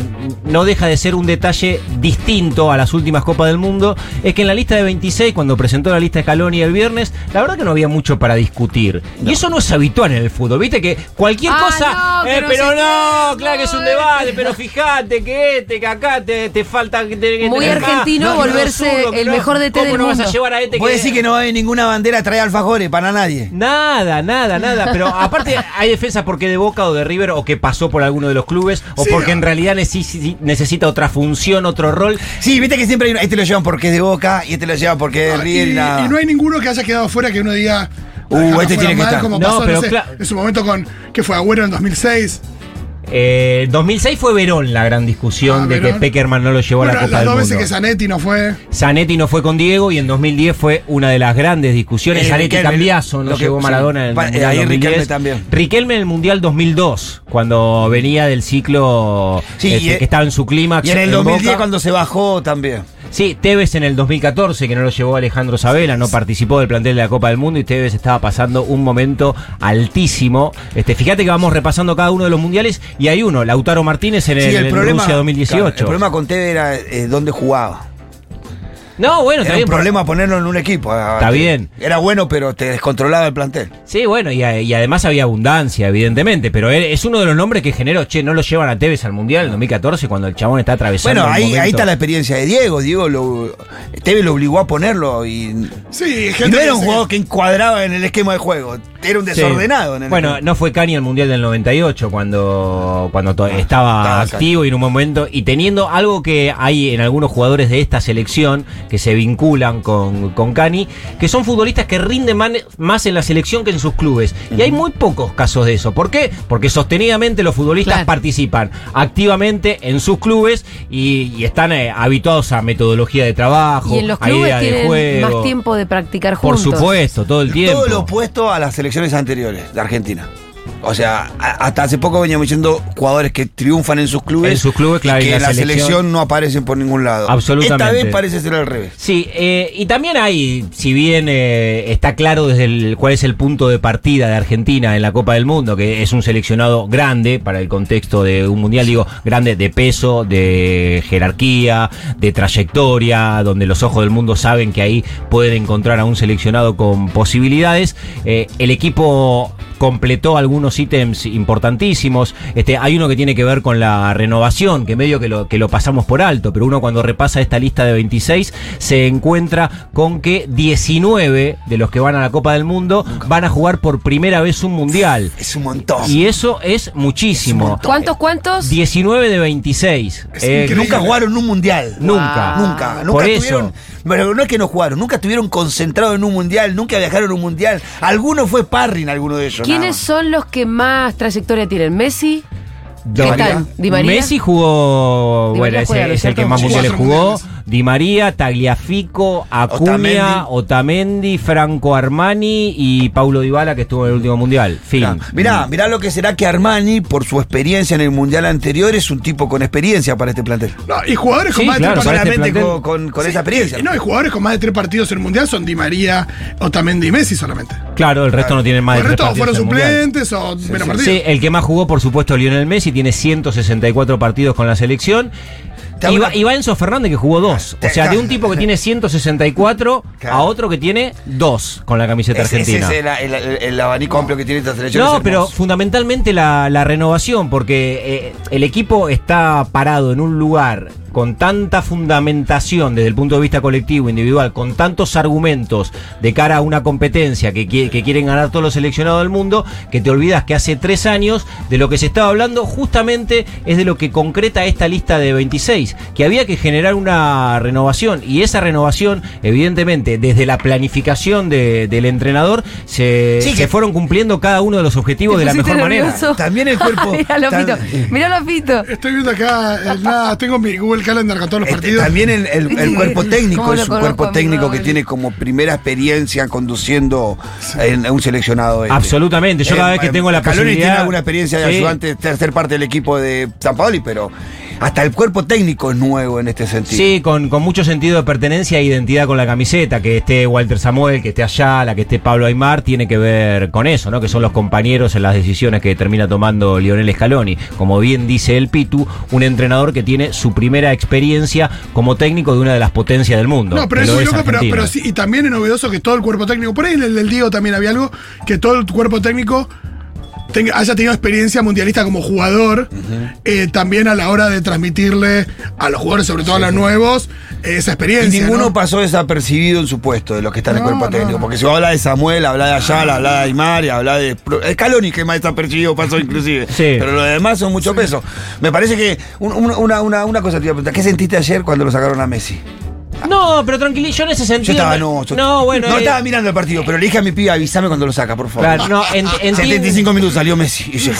[SPEAKER 3] no deja de ser un detalle distinto a las últimas Copas del Mundo, es que en la lista de 26, cuando presentó la lista Scaloni el viernes, la verdad que no había mucho para discutir. Y eso no es habitual en el fútbol, viste que cualquier
[SPEAKER 2] Ah,
[SPEAKER 3] cosa...
[SPEAKER 2] no,
[SPEAKER 3] eh,
[SPEAKER 2] que no
[SPEAKER 3] pero
[SPEAKER 2] sé
[SPEAKER 3] no,
[SPEAKER 2] qué,
[SPEAKER 3] claro que es un
[SPEAKER 2] no,
[SPEAKER 3] debate,
[SPEAKER 2] eh.
[SPEAKER 3] pero fíjate que este, que acá te, te falta... que te- que
[SPEAKER 2] Muy
[SPEAKER 3] te- acá,
[SPEAKER 2] argentino
[SPEAKER 3] que
[SPEAKER 2] volverse
[SPEAKER 3] zurdo, que
[SPEAKER 2] el mejor DT
[SPEAKER 3] ¿cómo
[SPEAKER 2] del
[SPEAKER 3] no vas
[SPEAKER 2] mundo?
[SPEAKER 3] a llevar a este
[SPEAKER 6] Vos decís que no va a haber ninguna bandera trae alfajores para nadie.
[SPEAKER 3] Nada, nada, nada.
[SPEAKER 6] *laughs*
[SPEAKER 3] Pero aparte hay defensa porque de Boca o de River o que pasó por alguno de los clubes o
[SPEAKER 4] Sí.
[SPEAKER 3] porque en realidad necesi- necesita otra función, otro rol.
[SPEAKER 6] Sí, viste que siempre hay, una- este lo llevan porque es de Boca y este lo llevan porque
[SPEAKER 3] Ah,
[SPEAKER 6] es de River y,
[SPEAKER 4] Ah, y,
[SPEAKER 6] nada.
[SPEAKER 4] y no hay ninguno que haya quedado fuera que uno diga.
[SPEAKER 6] Uh,
[SPEAKER 4] "Dejalo
[SPEAKER 6] este
[SPEAKER 4] fuera
[SPEAKER 6] tiene que
[SPEAKER 4] mal",
[SPEAKER 6] estar.
[SPEAKER 4] Como
[SPEAKER 3] No,
[SPEAKER 4] pasó,
[SPEAKER 3] pero
[SPEAKER 4] sé,
[SPEAKER 3] cla-
[SPEAKER 4] en su momento con. que fue Agüero en 2006?
[SPEAKER 3] Eh, 2006 fue Verón la gran discusión
[SPEAKER 4] Ah,
[SPEAKER 3] de que
[SPEAKER 4] Verón.
[SPEAKER 3] Peckerman no lo llevó
[SPEAKER 4] Bueno,
[SPEAKER 3] a la Copa
[SPEAKER 4] las
[SPEAKER 3] del
[SPEAKER 4] dos veces
[SPEAKER 3] Mundo.
[SPEAKER 4] que Zanetti no fue.
[SPEAKER 3] Zanetti no fue con Diego y en 2010 fue una de las grandes discusiones.
[SPEAKER 6] Eh,
[SPEAKER 3] Zanetti
[SPEAKER 6] Riquelme,
[SPEAKER 3] cambiazo, no
[SPEAKER 6] lo que-
[SPEAKER 3] llegó Maradona en el
[SPEAKER 6] Pa- eh,
[SPEAKER 3] Mundial
[SPEAKER 6] ahí Riquelme
[SPEAKER 3] 2010.
[SPEAKER 6] también.
[SPEAKER 3] Riquelme en el Mundial 2002, cuando venía del ciclo
[SPEAKER 6] Sí,
[SPEAKER 3] este,
[SPEAKER 6] y-
[SPEAKER 3] que estaba en su clímax.
[SPEAKER 6] Y en el
[SPEAKER 3] en
[SPEAKER 6] 2010
[SPEAKER 3] Boca.
[SPEAKER 6] cuando se bajó también.
[SPEAKER 3] Sí, Tevez en el 2014, que no lo llevó Alejandro Sabela, no participó del plantel de la Copa del Mundo y Tevez estaba pasando un momento altísimo. Este, fíjate que vamos repasando cada uno de los mundiales y hay uno, Lautaro Martínez en el,
[SPEAKER 6] Sí,
[SPEAKER 3] en Rusia 2018.
[SPEAKER 6] claro, el problema con Tevez era eh, dónde jugaba.
[SPEAKER 3] no, bueno,
[SPEAKER 6] Era
[SPEAKER 3] está bien.
[SPEAKER 6] un problema ponerlo en un equipo. eh,
[SPEAKER 3] Está bien.
[SPEAKER 6] Era bueno, pero te descontrolaba el plantel.
[SPEAKER 3] Sí, bueno, y, a- y además había abundancia, evidentemente, pero él- es uno de los nombres que generó, che, no lo llevan a Tevez al mundial en 2014 cuando el chabón está atravesando.
[SPEAKER 6] Bueno,
[SPEAKER 3] un
[SPEAKER 6] ahí,
[SPEAKER 3] momento.
[SPEAKER 6] ahí está la experiencia de Diego. Diego lo, Tevez lo obligó a ponerlo y,
[SPEAKER 4] Sí,
[SPEAKER 6] y
[SPEAKER 4] gente.
[SPEAKER 6] no era
[SPEAKER 4] que
[SPEAKER 6] un
[SPEAKER 4] se-
[SPEAKER 6] jugador que encuadraba en el esquema de juego. Era un
[SPEAKER 3] Sí.
[SPEAKER 6] desordenado. En el
[SPEAKER 3] bueno,
[SPEAKER 6] equipo.
[SPEAKER 3] no fue Cani al Mundial del 98 cuando, cuando to- estaba
[SPEAKER 6] Ah, estaba
[SPEAKER 3] activo y en un momento y teniendo algo que hay en algunos jugadores de esta selección que se vinculan con, con Cani, que son futbolistas que rinden man- más en la selección que en sus clubes. Y hay muy pocos casos de eso. ¿Por qué? Porque sostenidamente los futbolistas
[SPEAKER 2] Claro.
[SPEAKER 3] participan activamente en sus clubes y, y están eh, habituados a metodología de trabajo,
[SPEAKER 2] Y en los
[SPEAKER 3] a
[SPEAKER 2] clubes
[SPEAKER 3] idea de
[SPEAKER 2] tienen
[SPEAKER 3] juego.
[SPEAKER 2] más tiempo de practicar
[SPEAKER 3] Por
[SPEAKER 2] juntos.
[SPEAKER 3] supuesto, todo el tiempo.
[SPEAKER 6] Todo lo opuesto a las selecciones anteriores de Argentina. O sea, a- hasta hace poco veníamos diciendo jugadores que triunfan en sus clubes.
[SPEAKER 3] En sus clubes, claro, y
[SPEAKER 6] y que
[SPEAKER 3] la
[SPEAKER 6] en la
[SPEAKER 3] selección-
[SPEAKER 6] selección, no aparecen por ningún lado.
[SPEAKER 3] Absolutamente.
[SPEAKER 6] Esta vez parece ser al revés.
[SPEAKER 3] Sí, eh, y también hay, si bien eh, está claro desde el, cuál es el punto de partida de Argentina en la Copa del Mundo, que es un seleccionado grande para el contexto de un mundial, digo, grande de peso, de jerarquía, de trayectoria, donde los ojos del mundo saben que ahí pueden encontrar a un seleccionado con posibilidades. Eh, el equipo completó algunos ítems importantísimos. Este, hay uno que tiene que ver con la renovación, que medio que lo, que lo pasamos por alto, pero uno cuando repasa esta lista de 26 se encuentra con que 19 de los que van a la Copa del Mundo van a jugar por primera vez un mundial.
[SPEAKER 6] Es un montón.
[SPEAKER 3] Y eso es muchísimo.
[SPEAKER 2] ¿Cuántos, cuántos?
[SPEAKER 3] 19 de 26.
[SPEAKER 4] Es
[SPEAKER 3] Eh,
[SPEAKER 4] increíble.
[SPEAKER 6] Nunca jugaron un mundial.
[SPEAKER 3] Nunca.
[SPEAKER 2] Wow.
[SPEAKER 6] Ah, Nunca, nunca
[SPEAKER 3] Por eso.
[SPEAKER 6] estuvieron. Pero no es que no jugaron, nunca estuvieron concentrados en un mundial, nunca viajaron a un mundial. Alguno fue Parrin, alguno de ellos.
[SPEAKER 2] ¿Quiénes son los que más trayectoria tienen? ¿Messi?
[SPEAKER 3] Di
[SPEAKER 2] ¿Qué
[SPEAKER 3] María.
[SPEAKER 2] tal? ¿Di María?
[SPEAKER 3] Messi jugó,
[SPEAKER 2] Di
[SPEAKER 3] bueno,
[SPEAKER 2] María
[SPEAKER 3] ese
[SPEAKER 2] juega, ¿no es
[SPEAKER 3] es el
[SPEAKER 2] cierto?
[SPEAKER 3] que más
[SPEAKER 4] Sí,
[SPEAKER 3] mundiales
[SPEAKER 4] cuatro
[SPEAKER 3] jugó.
[SPEAKER 4] mundiales.
[SPEAKER 3] Di María, Tagliafico, Acuña, Otamendi, Franco Armani y Paulo Dybala que estuvo en el último mundial. Fin.
[SPEAKER 6] Mirá, mirá, mirá lo que será que Armani, por su experiencia en el mundial anterior, es un tipo con experiencia para este plantel.
[SPEAKER 4] No, y jugadores con
[SPEAKER 3] Sí,
[SPEAKER 4] más de
[SPEAKER 3] claro,
[SPEAKER 4] tres
[SPEAKER 3] para
[SPEAKER 4] partidos.
[SPEAKER 3] este
[SPEAKER 6] Solamente
[SPEAKER 3] plantel-
[SPEAKER 6] con, con- con esa experiencia.
[SPEAKER 4] No, y jugadores con más de tres partidos en el mundial son Di María, Otamendi y Messi solamente.
[SPEAKER 3] Claro, el resto no tiene más de
[SPEAKER 4] el
[SPEAKER 3] tres
[SPEAKER 4] resto
[SPEAKER 3] partidos
[SPEAKER 4] fueron
[SPEAKER 3] en el Mundial.
[SPEAKER 4] suplentes o menos partidos.
[SPEAKER 3] Sí, el que más jugó, por supuesto, Lionel Messi, tiene 164 partidos con la selección.
[SPEAKER 6] Te
[SPEAKER 3] Y
[SPEAKER 6] hago
[SPEAKER 3] va,
[SPEAKER 6] una-
[SPEAKER 3] y va Enzo Fernández que jugó dos. O
[SPEAKER 6] Te-
[SPEAKER 3] sea, de
[SPEAKER 6] claro.
[SPEAKER 3] un tipo que tiene 164 a
[SPEAKER 6] Claro.
[SPEAKER 3] otro que tiene dos con la camiseta
[SPEAKER 6] Ese- ese
[SPEAKER 3] argentina.
[SPEAKER 6] es el, el- el- el abanico amplio que tiene esta selección. es
[SPEAKER 3] No,
[SPEAKER 6] hermoso.
[SPEAKER 3] pero fundamentalmente la, la renovación, porque eh, el equipo está parado en un lugar con tanta fundamentación desde el punto de vista colectivo, individual, con tantos argumentos de cara a una competencia que, qui- que quieren ganar todos los seleccionados del mundo, que te olvidas que hace tres años de lo que se estaba hablando justamente es de lo que concreta esta lista de 26, que había que generar una renovación y esa renovación, evidentemente, desde la planificación de- del entrenador, se,
[SPEAKER 6] Sí,
[SPEAKER 3] se
[SPEAKER 6] que-
[SPEAKER 3] fueron cumpliendo cada uno de los objetivos
[SPEAKER 2] Te
[SPEAKER 3] de la
[SPEAKER 2] pusiste
[SPEAKER 3] mejor manera.
[SPEAKER 2] nervioso.
[SPEAKER 6] También el
[SPEAKER 2] *laughs*
[SPEAKER 6] cuerpo-
[SPEAKER 2] Mirá, Lopito.
[SPEAKER 6] tan-
[SPEAKER 2] Mirá, Lopito.
[SPEAKER 4] Estoy viendo acá, eh, nada, tengo mi Google Calendar con todos los
[SPEAKER 6] Este,
[SPEAKER 4] partidos.
[SPEAKER 6] también el, el- el cuerpo
[SPEAKER 2] ¿Cómo
[SPEAKER 6] técnico
[SPEAKER 2] lo
[SPEAKER 6] es un
[SPEAKER 2] conozco,
[SPEAKER 6] cuerpo
[SPEAKER 2] amigo?
[SPEAKER 6] técnico que tiene como primera experiencia conduciendo en a un seleccionado. este.
[SPEAKER 3] Absolutamente, yo
[SPEAKER 6] Eh,
[SPEAKER 3] cada vez que
[SPEAKER 6] eh,
[SPEAKER 3] tengo la
[SPEAKER 6] Scaloni
[SPEAKER 3] posibilidad.
[SPEAKER 6] tiene alguna experiencia de
[SPEAKER 3] Sí.
[SPEAKER 6] ayudante, tercer parte del equipo de San Paoli, pero hasta el cuerpo técnico es nuevo en este sentido.
[SPEAKER 3] Sí, con, con mucho sentido de pertenencia e identidad con la camiseta, que esté Walter Samuel, que esté Ayala, que esté Pablo Aymar, tiene que ver con eso, ¿no? Que son los compañeros en las decisiones que termina tomando Lionel Scaloni. Como bien dice el Pitu, un entrenador que tiene su primera experiencia como técnico de una de las potencias del mundo.
[SPEAKER 4] No, pero
[SPEAKER 3] que
[SPEAKER 4] es
[SPEAKER 3] lo
[SPEAKER 4] muy loco, pero,
[SPEAKER 3] Argentina.
[SPEAKER 4] pero sí, y también es novedoso que todo el cuerpo técnico, por ahí en el del Diego también había algo, que todo el cuerpo técnico tenga- haya tenido experiencia mundialista como jugador, eh, también a la hora de transmitirle a los jugadores, sobre todo a los nuevos, eh, esa
[SPEAKER 6] Y
[SPEAKER 4] experiencia.
[SPEAKER 6] ninguno
[SPEAKER 4] ¿no?
[SPEAKER 6] pasó desapercibido en su puesto de los que están en el
[SPEAKER 4] No,
[SPEAKER 6] cuerpo
[SPEAKER 4] no,
[SPEAKER 6] técnico.
[SPEAKER 4] no.
[SPEAKER 6] Porque si vos habla de Samuel, habla de
[SPEAKER 3] Ah.
[SPEAKER 6] Ayala, habla de Aymar, y habla de. Pro- Scaloni, que más desapercibido pasó inclusive.
[SPEAKER 3] Sí.
[SPEAKER 6] Pero los demás son mucho peso. Me parece que. un- un- una, una, una cosa te iba a preguntar. ¿Qué sentiste ayer cuando lo sacaron a Messi?
[SPEAKER 3] No, pero tranquilo, yo en ese sentido.
[SPEAKER 6] Yo estaba,
[SPEAKER 3] me-
[SPEAKER 6] no. yo-
[SPEAKER 3] no, bueno.
[SPEAKER 6] No
[SPEAKER 3] eh,
[SPEAKER 6] estaba mirando el partido, pero le dije a mi piba, avísame cuando lo saca, por favor.
[SPEAKER 3] claro, no,
[SPEAKER 6] *laughs*
[SPEAKER 3] en- entiendo-
[SPEAKER 6] 75 minutos salió Messi. Y yo,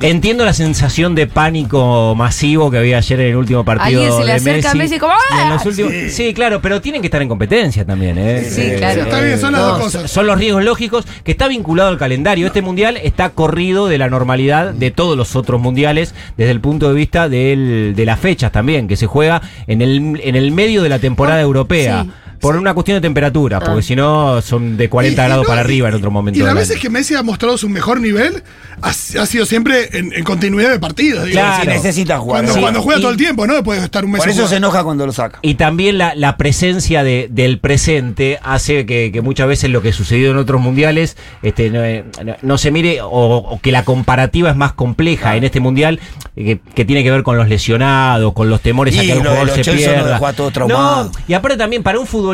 [SPEAKER 3] Entiendo la sensación de pánico masivo que había ayer en el último partido.
[SPEAKER 2] Alguien se le
[SPEAKER 3] de
[SPEAKER 2] acerca a Messi como,
[SPEAKER 3] Y en los
[SPEAKER 2] ¡ah!
[SPEAKER 3] últimos- sí. claro, pero tienen que estar en competencia también. ¿eh?
[SPEAKER 2] Sí,
[SPEAKER 3] Eh,
[SPEAKER 2] claro.
[SPEAKER 4] Está bien, son las
[SPEAKER 3] no,
[SPEAKER 4] dos cosas.
[SPEAKER 3] Son los riesgos lógicos que está vinculado al calendario. Este mundial está corrido de la normalidad de todos los otros mundiales desde el punto de vista del- de las fechas también, que se juega en el, en el medio de la temporada
[SPEAKER 2] Ah,
[SPEAKER 3] europea.
[SPEAKER 2] sí, Ah.
[SPEAKER 3] Por una cuestión de temperatura, porque si no son de 40
[SPEAKER 4] Y- y
[SPEAKER 3] grados
[SPEAKER 4] no,
[SPEAKER 3] para
[SPEAKER 4] y-
[SPEAKER 3] arriba en otro momento.
[SPEAKER 4] Y las
[SPEAKER 3] del
[SPEAKER 4] veces
[SPEAKER 3] año.
[SPEAKER 4] que Messi ha mostrado su mejor nivel, ha, ha sido siempre en, en continuidad de partidos. digo.
[SPEAKER 3] Claro.
[SPEAKER 6] Si necesitas jugar.
[SPEAKER 4] Cuando,
[SPEAKER 6] Sí.
[SPEAKER 4] cuando juega
[SPEAKER 3] Y-
[SPEAKER 4] todo el tiempo, ¿no? Después de estar un mes
[SPEAKER 6] Por
[SPEAKER 4] sin
[SPEAKER 6] eso
[SPEAKER 4] jugar.
[SPEAKER 6] se enoja cuando lo saca.
[SPEAKER 3] Y también la, la presencia de- del presente hace que, que muchas veces lo que sucedió en otros mundiales este, no, eh, no- no se mire o, o que la comparativa es más compleja en este mundial eh, que, que tiene que ver con los lesionados, con los temores a
[SPEAKER 6] Y
[SPEAKER 3] que un
[SPEAKER 6] lo de
[SPEAKER 3] jugador
[SPEAKER 6] los
[SPEAKER 3] se
[SPEAKER 6] Chelsea no
[SPEAKER 3] pierda.
[SPEAKER 6] dejó a todos traumados.
[SPEAKER 3] No, y aparte también para un futbolista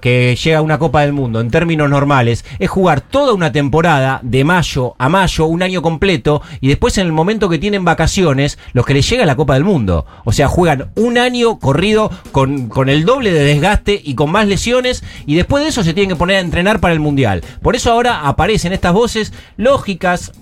[SPEAKER 3] que llega a una Copa del Mundo en términos normales es jugar toda una temporada de mayo a mayo, un año completo, y después en el momento que tienen vacaciones, los que les llega la Copa del Mundo. O sea, juegan un año corrido con, con el doble de desgaste y con más lesiones, y después de eso se tienen que poner a entrenar para el Mundial. Por eso ahora aparecen estas voces lógicas,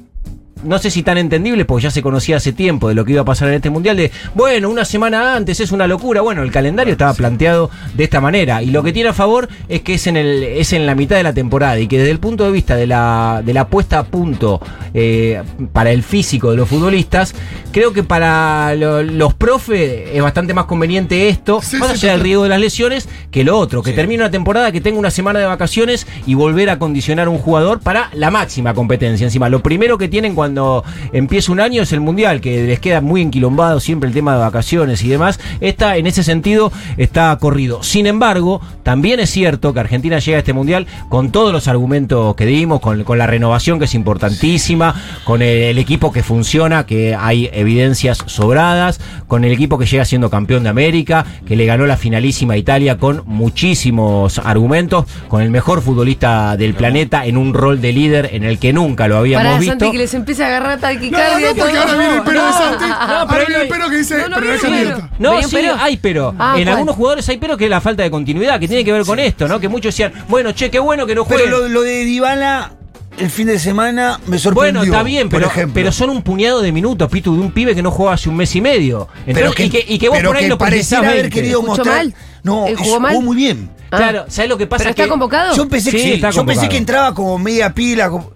[SPEAKER 3] no sé si tan entendible, porque ya se conocía hace tiempo de lo que iba a pasar en este mundial, de, bueno, una semana antes es una locura, bueno, el calendario estaba planteado de esta manera, y lo que tiene a favor es que es en, el, es en la mitad de la temporada, y que desde el punto de vista de la, de la puesta a punto eh, para el físico de los futbolistas, creo que para lo- los profes es bastante más conveniente esto,
[SPEAKER 4] Sí,
[SPEAKER 3] más
[SPEAKER 4] sí,
[SPEAKER 3] allá del
[SPEAKER 4] total.
[SPEAKER 3] riesgo de las lesiones, que lo otro, que termine una temporada, que tenga una semana de vacaciones y volver a condicionar un jugador para la máxima competencia. Encima, lo primero que tienen cuando empieza un año es el Mundial, que les queda muy enquilombado siempre el tema de vacaciones y demás. Esta, en ese sentido, está corrido. Sin embargo, también es cierto que Argentina llega a este Mundial con todos los argumentos que dimos, con, con la renovación que es importantísima, con el, el equipo que funciona, que hay evidencias sobradas, con el equipo que llega siendo campeón de América, que le ganó la finalísima a Italia con muchísimos argumentos, con el mejor futbolista del planeta en un rol de líder en el que nunca lo habíamos
[SPEAKER 2] Para
[SPEAKER 3] visto.
[SPEAKER 2] Santi que les empiece a agarrar
[SPEAKER 4] No,
[SPEAKER 2] taquicardia.
[SPEAKER 4] no, porque
[SPEAKER 2] todo.
[SPEAKER 4] ahora viene el pero de Santi. Ahora
[SPEAKER 3] pero
[SPEAKER 4] viene el
[SPEAKER 3] no-
[SPEAKER 4] pero que dice,
[SPEAKER 2] no, no
[SPEAKER 4] pero no
[SPEAKER 2] viene
[SPEAKER 4] es
[SPEAKER 2] el
[SPEAKER 4] candidato.
[SPEAKER 2] pero.
[SPEAKER 3] No,
[SPEAKER 2] Venía un
[SPEAKER 3] sí,
[SPEAKER 2] pero.
[SPEAKER 3] hay pero.
[SPEAKER 2] Ah,
[SPEAKER 3] en
[SPEAKER 2] ¿cuál?
[SPEAKER 3] algunos jugadores hay pero que es la falta de continuidad, que tiene que ver con esto, ¿no? Que muchos decían, bueno, che, qué bueno que no
[SPEAKER 6] Pero
[SPEAKER 3] jueguen.
[SPEAKER 6] lo, lo de Dybala el fin de semana me sorprendió.
[SPEAKER 3] Bueno, está bien,
[SPEAKER 6] por
[SPEAKER 3] pero,
[SPEAKER 6] ejemplo.
[SPEAKER 3] pero son un puñado de minutos, Pitu, de un pibe que no jugaba hace un mes y medio.
[SPEAKER 6] Pero
[SPEAKER 3] Entonces, y, que, y que vos
[SPEAKER 6] pero
[SPEAKER 3] por ahí
[SPEAKER 6] que
[SPEAKER 3] lo
[SPEAKER 6] pareciera
[SPEAKER 3] precisás
[SPEAKER 6] haber
[SPEAKER 3] 20.
[SPEAKER 6] querido
[SPEAKER 2] ¿Escuchó
[SPEAKER 6] mostrar.
[SPEAKER 2] mal?
[SPEAKER 6] No,
[SPEAKER 2] ¿Él
[SPEAKER 6] es-
[SPEAKER 2] jugó mal? Oh.
[SPEAKER 6] muy bien.
[SPEAKER 2] Ah.
[SPEAKER 3] Claro, ¿sabes lo que pasa?
[SPEAKER 2] ¿Pero está
[SPEAKER 3] que
[SPEAKER 2] convocado?
[SPEAKER 6] Yo pensé que
[SPEAKER 3] Sí,
[SPEAKER 6] sí,
[SPEAKER 3] está
[SPEAKER 6] yo pensé
[SPEAKER 3] convocado.
[SPEAKER 6] que entraba como media pila. como-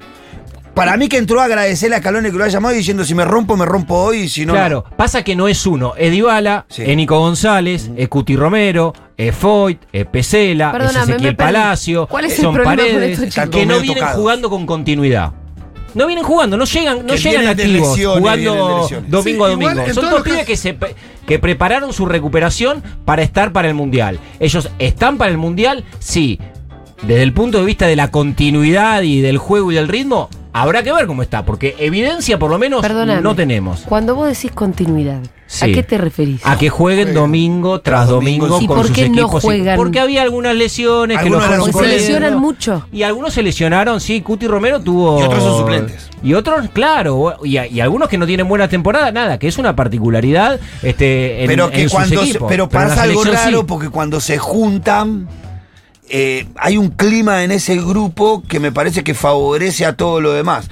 [SPEAKER 6] Para mí que entró a agradecerle a Calone que lo haya llamado y diciendo si me rompo, me rompo hoy y si no.
[SPEAKER 3] Claro, pasa que no es uno. Es Dybala,
[SPEAKER 6] Sí.
[SPEAKER 3] es Nico González, es Cuti Romero, es Foyt, es Pesela, es
[SPEAKER 2] Perdóname,
[SPEAKER 3] Ezequiel
[SPEAKER 2] me perdí.
[SPEAKER 3] Palacio,
[SPEAKER 2] ¿Cuál es el
[SPEAKER 3] son
[SPEAKER 2] problema con
[SPEAKER 3] paredes,
[SPEAKER 2] estos
[SPEAKER 6] chicos?
[SPEAKER 3] que no
[SPEAKER 6] Medio
[SPEAKER 3] vienen
[SPEAKER 6] tocados.
[SPEAKER 3] jugando con continuidad. No vienen jugando, no llegan, no
[SPEAKER 6] Que
[SPEAKER 3] llegan
[SPEAKER 6] vienen de
[SPEAKER 3] activos
[SPEAKER 6] lesiones, vienen de
[SPEAKER 3] jugando
[SPEAKER 6] lesiones.
[SPEAKER 3] domingo a
[SPEAKER 4] Sí, igual,
[SPEAKER 3] domingo.
[SPEAKER 4] en
[SPEAKER 3] Son
[SPEAKER 4] todos
[SPEAKER 3] dos
[SPEAKER 4] los
[SPEAKER 3] pibes
[SPEAKER 4] casos-
[SPEAKER 3] que se pe- que prepararon su recuperación para estar para el mundial. Ellos están para el mundial, sí. Desde el punto de vista de la continuidad y del juego y del ritmo, habrá que ver cómo está, porque evidencia por lo menos
[SPEAKER 2] Perdóname.
[SPEAKER 3] no tenemos.
[SPEAKER 2] Cuando vos decís continuidad, ¿a
[SPEAKER 3] Sí.
[SPEAKER 2] qué te referís?
[SPEAKER 3] A que jueguen domingo tras domingo
[SPEAKER 2] ¿Y
[SPEAKER 3] con
[SPEAKER 2] por
[SPEAKER 3] sus
[SPEAKER 2] qué no
[SPEAKER 3] equipos.
[SPEAKER 2] juegan?
[SPEAKER 3] Porque había algunas lesiones que
[SPEAKER 6] Algunos
[SPEAKER 3] los
[SPEAKER 6] eran
[SPEAKER 2] Porque se
[SPEAKER 3] fueron corriendo.
[SPEAKER 2] lesionan mucho.
[SPEAKER 3] Y algunos se lesionaron, sí, Cuti Romero tuvo...
[SPEAKER 6] Y otros son suplentes.
[SPEAKER 3] Y otros, claro, y, a- y algunos que no tienen buena temporada, nada, que es una particularidad este, en,
[SPEAKER 6] pero que
[SPEAKER 3] en sus
[SPEAKER 6] cuando se-
[SPEAKER 3] equipos.
[SPEAKER 6] pero
[SPEAKER 3] en la
[SPEAKER 6] pasa algo
[SPEAKER 3] selección sí.
[SPEAKER 6] raro porque cuando se juntan eh, hay un clima en ese grupo que me parece que favorece a todo lo demás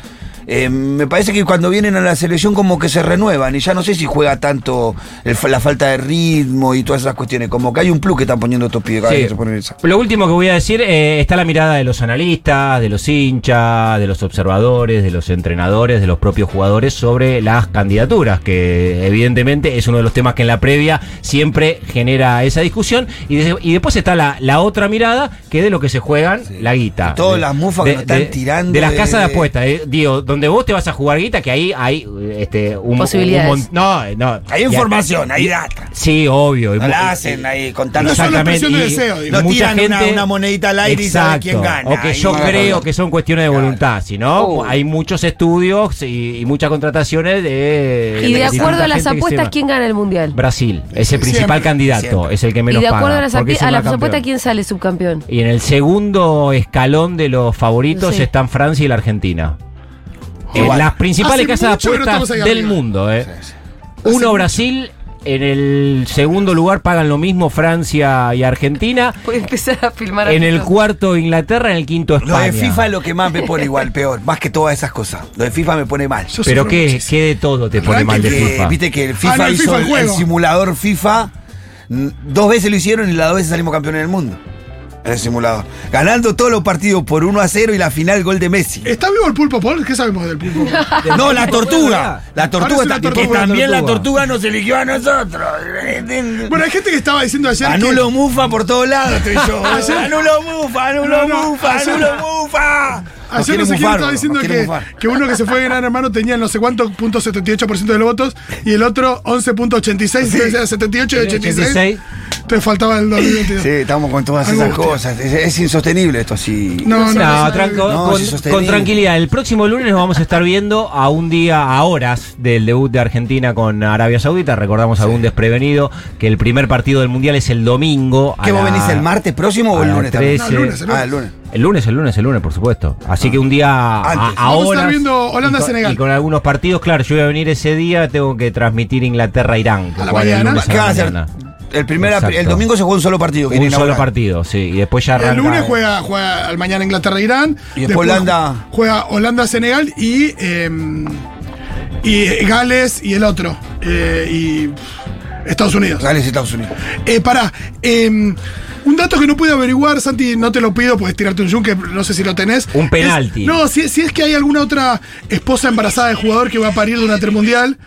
[SPEAKER 6] Eh, me parece que cuando vienen a la selección como que se renuevan y ya no sé si juega tanto el fa- la falta de ritmo y todas esas cuestiones como que hay un plus que están poniendo estos pibes cada
[SPEAKER 3] Sí.
[SPEAKER 6] vez que se ponen esa.
[SPEAKER 3] Lo último que voy a decir eh, está la mirada de los analistas, de los hinchas, de los observadores, de los entrenadores, de los propios jugadores sobre las candidaturas, que evidentemente es uno de los temas que en la previa siempre genera esa discusión. Y, de- y después está la, la otra mirada, que es de lo que se juegan la guita.
[SPEAKER 6] Y todas
[SPEAKER 3] De-
[SPEAKER 6] las mufas que nos están tirando
[SPEAKER 3] De las
[SPEAKER 6] de-
[SPEAKER 3] casas de
[SPEAKER 6] de-
[SPEAKER 3] apuestas, eh, digo, donde vos te vas a jugar guita, que ahí hay este, un,
[SPEAKER 2] Posibilidades.
[SPEAKER 3] un mon- no, eh, no.
[SPEAKER 6] hay
[SPEAKER 3] Y-
[SPEAKER 6] información hay data
[SPEAKER 3] Sí, obvio. Y
[SPEAKER 6] no
[SPEAKER 3] mu-
[SPEAKER 6] la hacen ahí con
[SPEAKER 4] No
[SPEAKER 6] tanta
[SPEAKER 4] solo
[SPEAKER 3] Exactamente,
[SPEAKER 4] expresión de
[SPEAKER 3] y
[SPEAKER 4] deseo, digo.
[SPEAKER 6] No
[SPEAKER 3] mucha
[SPEAKER 6] tiran una- una monedita al aire y saben quién gana.
[SPEAKER 3] O que
[SPEAKER 6] Ahí
[SPEAKER 3] yo
[SPEAKER 6] va
[SPEAKER 3] creo
[SPEAKER 6] ganando.
[SPEAKER 3] que son cuestiones de
[SPEAKER 6] Claro.
[SPEAKER 3] voluntad, si no,
[SPEAKER 6] Uh.
[SPEAKER 3] hay muchos estudios y, y muchas contrataciones de.
[SPEAKER 2] Y de acuerdo
[SPEAKER 3] distinta
[SPEAKER 2] a las
[SPEAKER 3] gente que se
[SPEAKER 2] apuestas,
[SPEAKER 3] va.
[SPEAKER 2] ¿quién gana el mundial?
[SPEAKER 3] Brasil es el principal
[SPEAKER 4] Siempre,
[SPEAKER 3] candidato,
[SPEAKER 6] siempre.
[SPEAKER 3] es el que
[SPEAKER 2] Y
[SPEAKER 3] menos
[SPEAKER 2] de acuerdo
[SPEAKER 3] paga,
[SPEAKER 2] a las,
[SPEAKER 3] porque es
[SPEAKER 2] api- a
[SPEAKER 3] el
[SPEAKER 2] las
[SPEAKER 3] más campeón.
[SPEAKER 2] apuestas, ¿quién sale subcampeón?
[SPEAKER 3] Y en el segundo escalón de los favoritos
[SPEAKER 2] Sí.
[SPEAKER 3] están Francia y la Argentina. En
[SPEAKER 6] Igual.
[SPEAKER 3] las principales
[SPEAKER 4] Hace
[SPEAKER 3] casas de
[SPEAKER 4] mucho que no
[SPEAKER 3] apuestas
[SPEAKER 4] estamos ahí
[SPEAKER 3] del
[SPEAKER 4] arriba.
[SPEAKER 3] mundo, eh. Uno Brasil, en el segundo lugar pagan lo mismo Francia y Argentina.
[SPEAKER 2] Voy a empezar a filmar. a
[SPEAKER 3] En el
[SPEAKER 2] todos.
[SPEAKER 3] cuarto Inglaterra, en el quinto
[SPEAKER 6] lo
[SPEAKER 3] España.
[SPEAKER 6] de FIFA es lo que más me pone igual peor más que todas esas cosas lo de FIFA me pone mal
[SPEAKER 4] Yo
[SPEAKER 3] Pero
[SPEAKER 4] sufro
[SPEAKER 3] qué,
[SPEAKER 4] muchísimo.
[SPEAKER 3] qué de todo te pone
[SPEAKER 4] Arranque
[SPEAKER 3] mal de
[SPEAKER 6] que,
[SPEAKER 3] FIFA.
[SPEAKER 6] Viste que el
[SPEAKER 4] Ah,
[SPEAKER 6] FIFA
[SPEAKER 4] no, el
[SPEAKER 6] hizo
[SPEAKER 4] FIFA, el
[SPEAKER 6] el,
[SPEAKER 4] juego.
[SPEAKER 6] simulador FIFA. mm, Dos veces lo hicieron y las dos veces salimos campeones del mundo. En el simulador. Ganando todos los partidos por 1 a 0 y la final gol de Messi.
[SPEAKER 4] ¿Está vivo el pulpo Paul? ¿Qué sabemos del pulpo? Paul?
[SPEAKER 6] No, la tortuga. La tortuga,
[SPEAKER 4] Ahora es una tortuga,
[SPEAKER 6] ta- que
[SPEAKER 4] una
[SPEAKER 6] también la
[SPEAKER 3] tortuga.
[SPEAKER 6] tortuga nos eligió a nosotros.
[SPEAKER 4] bueno, hay gente que estaba diciendo ayer
[SPEAKER 6] Anulo Mufa por todos lados, estoy yo.
[SPEAKER 4] *laughs* Ayer-
[SPEAKER 6] Anulo Mufa, anulo
[SPEAKER 4] No, no,
[SPEAKER 6] Mufa,
[SPEAKER 4] ayer-
[SPEAKER 6] anulo Mufa.
[SPEAKER 4] que Ayer no
[SPEAKER 6] quiere
[SPEAKER 4] sé quién
[SPEAKER 6] mufar,
[SPEAKER 4] estaba
[SPEAKER 6] boludo,
[SPEAKER 4] diciendo
[SPEAKER 6] nos quiere
[SPEAKER 4] que,
[SPEAKER 6] mufar.
[SPEAKER 4] que uno que se fue de Gran Hermano tenía no sé cuánto punto 78% de los votos y el otro 11.86, entonces era 78 y 86.
[SPEAKER 3] 86.
[SPEAKER 4] Te faltaba el 2022.
[SPEAKER 6] Sí, estamos con todas esas
[SPEAKER 4] Angustia.
[SPEAKER 6] cosas. Es, es insostenible esto, sí.
[SPEAKER 4] No, no,
[SPEAKER 3] No,
[SPEAKER 4] no,
[SPEAKER 3] tranco-
[SPEAKER 6] no,
[SPEAKER 3] con,
[SPEAKER 6] sí,
[SPEAKER 3] con
[SPEAKER 6] sostenible.
[SPEAKER 3] tranquilidad. El próximo lunes nos vamos a estar viendo a un día, a horas del debut de Argentina con Arabia Saudita. Recordamos a algún desprevenido que el primer partido del Mundial es el domingo. a
[SPEAKER 6] ¿Qué vos
[SPEAKER 3] la-
[SPEAKER 6] venís el martes próximo o
[SPEAKER 3] a
[SPEAKER 6] el
[SPEAKER 3] la
[SPEAKER 6] lunes
[SPEAKER 3] 13.
[SPEAKER 6] también?
[SPEAKER 4] No, el lunes, el lunes.
[SPEAKER 6] Ah, el lunes.
[SPEAKER 3] El lunes, el lunes, el lunes, por supuesto. Así que un día a-
[SPEAKER 6] Ah. Antes.
[SPEAKER 3] a,
[SPEAKER 4] Vamos a estar
[SPEAKER 3] horas
[SPEAKER 4] viendo
[SPEAKER 3] y con-
[SPEAKER 4] Holanda-Senegal.
[SPEAKER 3] Y con algunos partidos, claro, yo voy a venir ese día, tengo que transmitir Inglaterra-Irán. que
[SPEAKER 4] A la
[SPEAKER 3] juega el
[SPEAKER 4] mañana.
[SPEAKER 3] lunes
[SPEAKER 6] ¿Qué
[SPEAKER 3] la
[SPEAKER 6] van a hacer?
[SPEAKER 3] mañana.
[SPEAKER 6] El, primer,
[SPEAKER 3] Exacto.
[SPEAKER 6] el domingo se juega un solo partido. que
[SPEAKER 3] Un
[SPEAKER 6] ni
[SPEAKER 3] solo
[SPEAKER 6] inaugural.
[SPEAKER 3] partido, sí. Y después ya arranca.
[SPEAKER 4] El lunes juega, juega al mañana Inglaterra-Irán.
[SPEAKER 6] eh. Y después Holanda.
[SPEAKER 4] Juega Holanda-Senegal y, eh, y Gales y el otro. eh, y Estados Unidos.
[SPEAKER 6] Gales y Estados Unidos.
[SPEAKER 4] Eh, pará, eh, un dato que no pude averiguar, Santi, no te lo pido, puedes tirarte un yunque, no sé si lo tenés.
[SPEAKER 3] Un penalti.
[SPEAKER 4] Es- no, si, si es que hay alguna otra esposa embarazada de jugador que va a parir durante el mundial.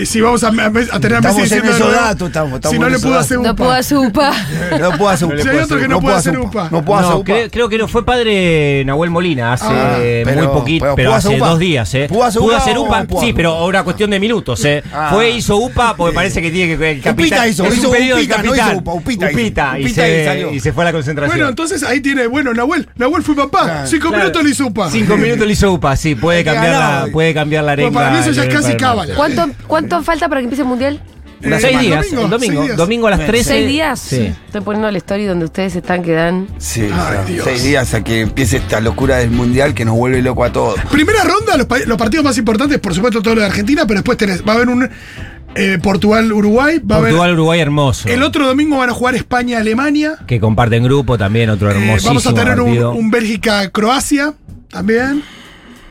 [SPEAKER 4] Y si vamos a, a- a tener a
[SPEAKER 6] Estamos
[SPEAKER 4] Messi
[SPEAKER 6] en
[SPEAKER 4] diciendo de
[SPEAKER 6] esos
[SPEAKER 4] nuevo,
[SPEAKER 6] datos, estamos- estamos
[SPEAKER 4] si no
[SPEAKER 6] en
[SPEAKER 4] le
[SPEAKER 6] esos
[SPEAKER 4] pudo
[SPEAKER 6] datos.
[SPEAKER 4] hacer un
[SPEAKER 2] No puedo hacer upa.
[SPEAKER 6] No puedo hacer
[SPEAKER 4] *laughs*
[SPEAKER 6] un
[SPEAKER 4] Si hay otro que no puede hacer un pa.
[SPEAKER 6] No puedo hacer
[SPEAKER 3] No,
[SPEAKER 6] un pa.
[SPEAKER 3] cre- creo que no fue padre Nahuel Molina hace
[SPEAKER 4] Ah,
[SPEAKER 6] pero-
[SPEAKER 3] muy poquito,
[SPEAKER 6] pero
[SPEAKER 3] pero,
[SPEAKER 6] ¿pudo hacer
[SPEAKER 3] hace
[SPEAKER 6] upa?
[SPEAKER 3] dos días, ¿eh?
[SPEAKER 6] ¿Pudo hacer upa
[SPEAKER 3] hacer
[SPEAKER 6] o
[SPEAKER 3] UPA,
[SPEAKER 6] no pudo
[SPEAKER 3] sí,
[SPEAKER 6] hacer
[SPEAKER 3] pero una cuestión de minutos, ¿eh?
[SPEAKER 6] Ah.
[SPEAKER 3] Fue, hizo UPA porque parece que tiene que. El
[SPEAKER 6] Upita
[SPEAKER 3] capitán,
[SPEAKER 6] hizo,
[SPEAKER 3] es un
[SPEAKER 6] hizo
[SPEAKER 3] pedido del
[SPEAKER 6] upita, no hizo
[SPEAKER 3] capitán.
[SPEAKER 6] upa, upita hizo.
[SPEAKER 3] Upita, y,
[SPEAKER 6] Upita
[SPEAKER 3] se,
[SPEAKER 6] y salió.
[SPEAKER 3] y se fue a la concentración.
[SPEAKER 4] Bueno, entonces ahí tiene, bueno, Nahuel, Nahuel fue papá, cinco
[SPEAKER 3] Claro.
[SPEAKER 4] minutos le hizo un pa.
[SPEAKER 3] Cinco minutos le hizo UPA, sí, puede
[SPEAKER 6] Hay que
[SPEAKER 3] cambiar,
[SPEAKER 6] ganar.
[SPEAKER 3] la, puede cambiar la
[SPEAKER 4] Bueno,
[SPEAKER 3] regla.
[SPEAKER 4] para mí eso ya es
[SPEAKER 3] Leonel
[SPEAKER 4] casi
[SPEAKER 3] Palmer.
[SPEAKER 4] cábala.
[SPEAKER 2] ¿Cuánto, ¿Cuánto falta para que empiece el mundial?
[SPEAKER 6] Una
[SPEAKER 3] Seis
[SPEAKER 6] semana.
[SPEAKER 3] días,
[SPEAKER 4] Domingo,
[SPEAKER 3] el domingo,
[SPEAKER 4] seis días.
[SPEAKER 3] domingo a las 13.
[SPEAKER 2] ¿Seis días?
[SPEAKER 3] Sí.
[SPEAKER 2] Estoy poniendo la story donde ustedes están que dan.
[SPEAKER 6] Sí,
[SPEAKER 4] Ay,
[SPEAKER 6] o sea,
[SPEAKER 4] Dios.
[SPEAKER 6] seis días a que empiece esta locura del mundial que nos vuelve loco a todos.
[SPEAKER 4] Primera ronda, los, pa- los partidos más importantes, por supuesto, todo lo de Argentina, pero después tenés, va a haber un eh, Portugal-Uruguay, va a haber.
[SPEAKER 3] Portugal, Uruguay, hermoso.
[SPEAKER 4] El otro domingo van a jugar España-Alemania.
[SPEAKER 3] Que comparten grupo también, otro
[SPEAKER 4] Eh,
[SPEAKER 3] hermosísimo
[SPEAKER 4] vamos a tener un,
[SPEAKER 3] partido.
[SPEAKER 4] un Bélgica-Croacia también,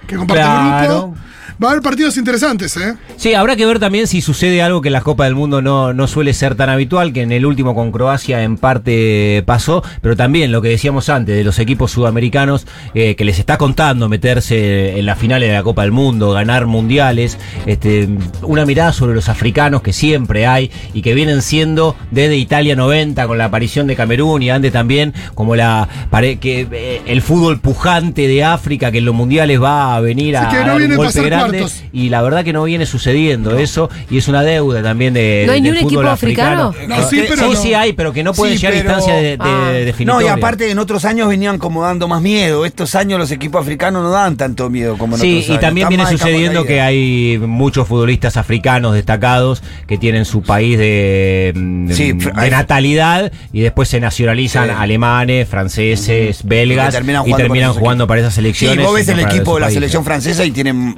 [SPEAKER 4] que comparte
[SPEAKER 3] Claro.
[SPEAKER 4] grupo. Va a haber partidos interesantes, ¿eh?
[SPEAKER 3] Sí, habrá que ver también si sucede algo que en las Copas del Mundo no, no suele ser tan habitual, que en el último con Croacia en parte pasó, pero también lo que decíamos antes de los equipos sudamericanos, eh, que les está contando meterse en las finales de la Copa del Mundo, ganar mundiales, este, una mirada sobre los africanos que siempre hay y que vienen siendo desde Italia 90 con la aparición de Camerún y antes también como la pare- que eh, el fútbol pujante de África que en los mundiales va a venir
[SPEAKER 4] Sí,
[SPEAKER 3] a,
[SPEAKER 4] que no
[SPEAKER 3] dar
[SPEAKER 4] viene
[SPEAKER 3] un
[SPEAKER 4] para
[SPEAKER 3] golpe
[SPEAKER 4] ser
[SPEAKER 3] grande
[SPEAKER 4] cuartos.
[SPEAKER 3] y la verdad que no viene sucediendo eso y es una deuda también de
[SPEAKER 2] ¿No hay ni
[SPEAKER 3] del
[SPEAKER 2] un
[SPEAKER 3] fútbol
[SPEAKER 2] equipo africano?
[SPEAKER 4] No, sí,
[SPEAKER 3] Que-
[SPEAKER 4] pero
[SPEAKER 3] sí,
[SPEAKER 4] no.
[SPEAKER 3] sí hay, pero que no
[SPEAKER 6] Sí,
[SPEAKER 3] pueden llegar
[SPEAKER 6] pero-
[SPEAKER 3] a instancias de, de-
[SPEAKER 2] Ah.
[SPEAKER 6] No, y
[SPEAKER 3] definitorias.
[SPEAKER 6] aparte en otros años venían como dando más miedo. Estos años los equipos africanos no dan tanto miedo como en
[SPEAKER 3] Sí,
[SPEAKER 6] otros
[SPEAKER 3] y
[SPEAKER 6] años.
[SPEAKER 3] también
[SPEAKER 6] Está
[SPEAKER 3] viene
[SPEAKER 6] más de capa
[SPEAKER 3] sucediendo
[SPEAKER 6] caída.
[SPEAKER 3] que hay muchos futbolistas africanos destacados que tienen su país de, mm,
[SPEAKER 6] Sí,
[SPEAKER 3] de
[SPEAKER 6] hay-
[SPEAKER 3] natalidad y después se nacionalizan
[SPEAKER 6] Sí.
[SPEAKER 3] alemanes, franceses, belgas
[SPEAKER 6] Que terminan
[SPEAKER 3] y
[SPEAKER 6] jugando
[SPEAKER 3] terminan
[SPEAKER 6] para esos
[SPEAKER 3] jugando
[SPEAKER 6] equipos.
[SPEAKER 3] para esas selecciones.
[SPEAKER 6] Sí, vos ves
[SPEAKER 3] y no
[SPEAKER 6] el
[SPEAKER 3] para
[SPEAKER 6] equipo
[SPEAKER 3] sus
[SPEAKER 6] de la
[SPEAKER 3] países.
[SPEAKER 6] selección francesa y tienen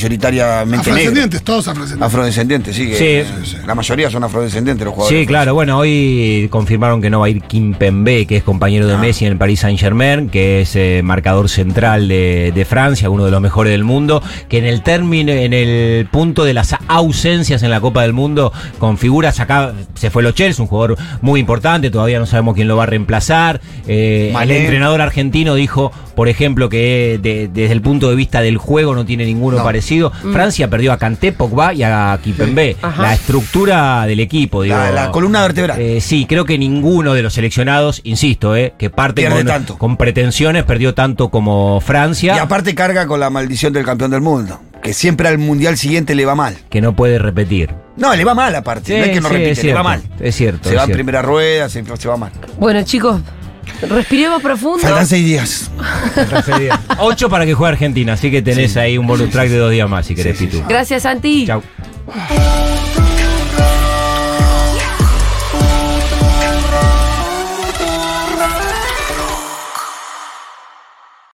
[SPEAKER 6] mayoritariamente negros.
[SPEAKER 4] Afrodescendientes, todos afrodescendientes.
[SPEAKER 6] Afrodescendientes, sí. que-
[SPEAKER 3] Sí.
[SPEAKER 6] La mayoría son afrodescendientes los jugadores.
[SPEAKER 3] Sí, claro. Bueno, hoy confirmaron que no va a ir Kimpembe, que es compañero de
[SPEAKER 6] Ah.
[SPEAKER 3] Messi en el Paris Saint-Germain, que es eh, marcador central de, de Francia, uno de los mejores del mundo, que en el término, en el punto de las ausencias en la Copa del Mundo, con figuras acá se fue Lochels, un jugador muy importante, todavía no sabemos quién lo va a reemplazar. Eh, el
[SPEAKER 6] Mané.
[SPEAKER 3] entrenador argentino dijo, por ejemplo, que de- desde el punto de vista del juego no tiene ninguno parecido. Francia perdió a Kanté, Pogba y a Kimpembe.
[SPEAKER 2] Ajá.
[SPEAKER 3] La estructura del equipo, digo,
[SPEAKER 6] La, la columna vertebral.
[SPEAKER 3] eh, sí, creo que ninguno de los seleccionados, insisto, eh, que parte
[SPEAKER 6] Pierde
[SPEAKER 3] con,
[SPEAKER 6] tanto.
[SPEAKER 3] con pretensiones, perdió tanto como Francia,
[SPEAKER 6] y aparte carga con la maldición del campeón del mundo. Que siempre al mundial siguiente le va mal.
[SPEAKER 3] que no puede repetir.
[SPEAKER 6] No, le va mal aparte. no es que no
[SPEAKER 3] Sí, sí,
[SPEAKER 6] repite,
[SPEAKER 3] es
[SPEAKER 6] le
[SPEAKER 3] cierto,
[SPEAKER 6] va mal.
[SPEAKER 3] Es cierto.
[SPEAKER 6] Se
[SPEAKER 3] es
[SPEAKER 6] va en
[SPEAKER 3] cierto.
[SPEAKER 6] primera rueda, se, se va mal.
[SPEAKER 2] Bueno, chicos, respiremos profundo.
[SPEAKER 6] Faltan seis días.
[SPEAKER 3] Ocho para que juegue Argentina, así que tenés ahí un bonus track de dos días más, si querés, Pitu.
[SPEAKER 2] Gracias, Santi.
[SPEAKER 3] Chau.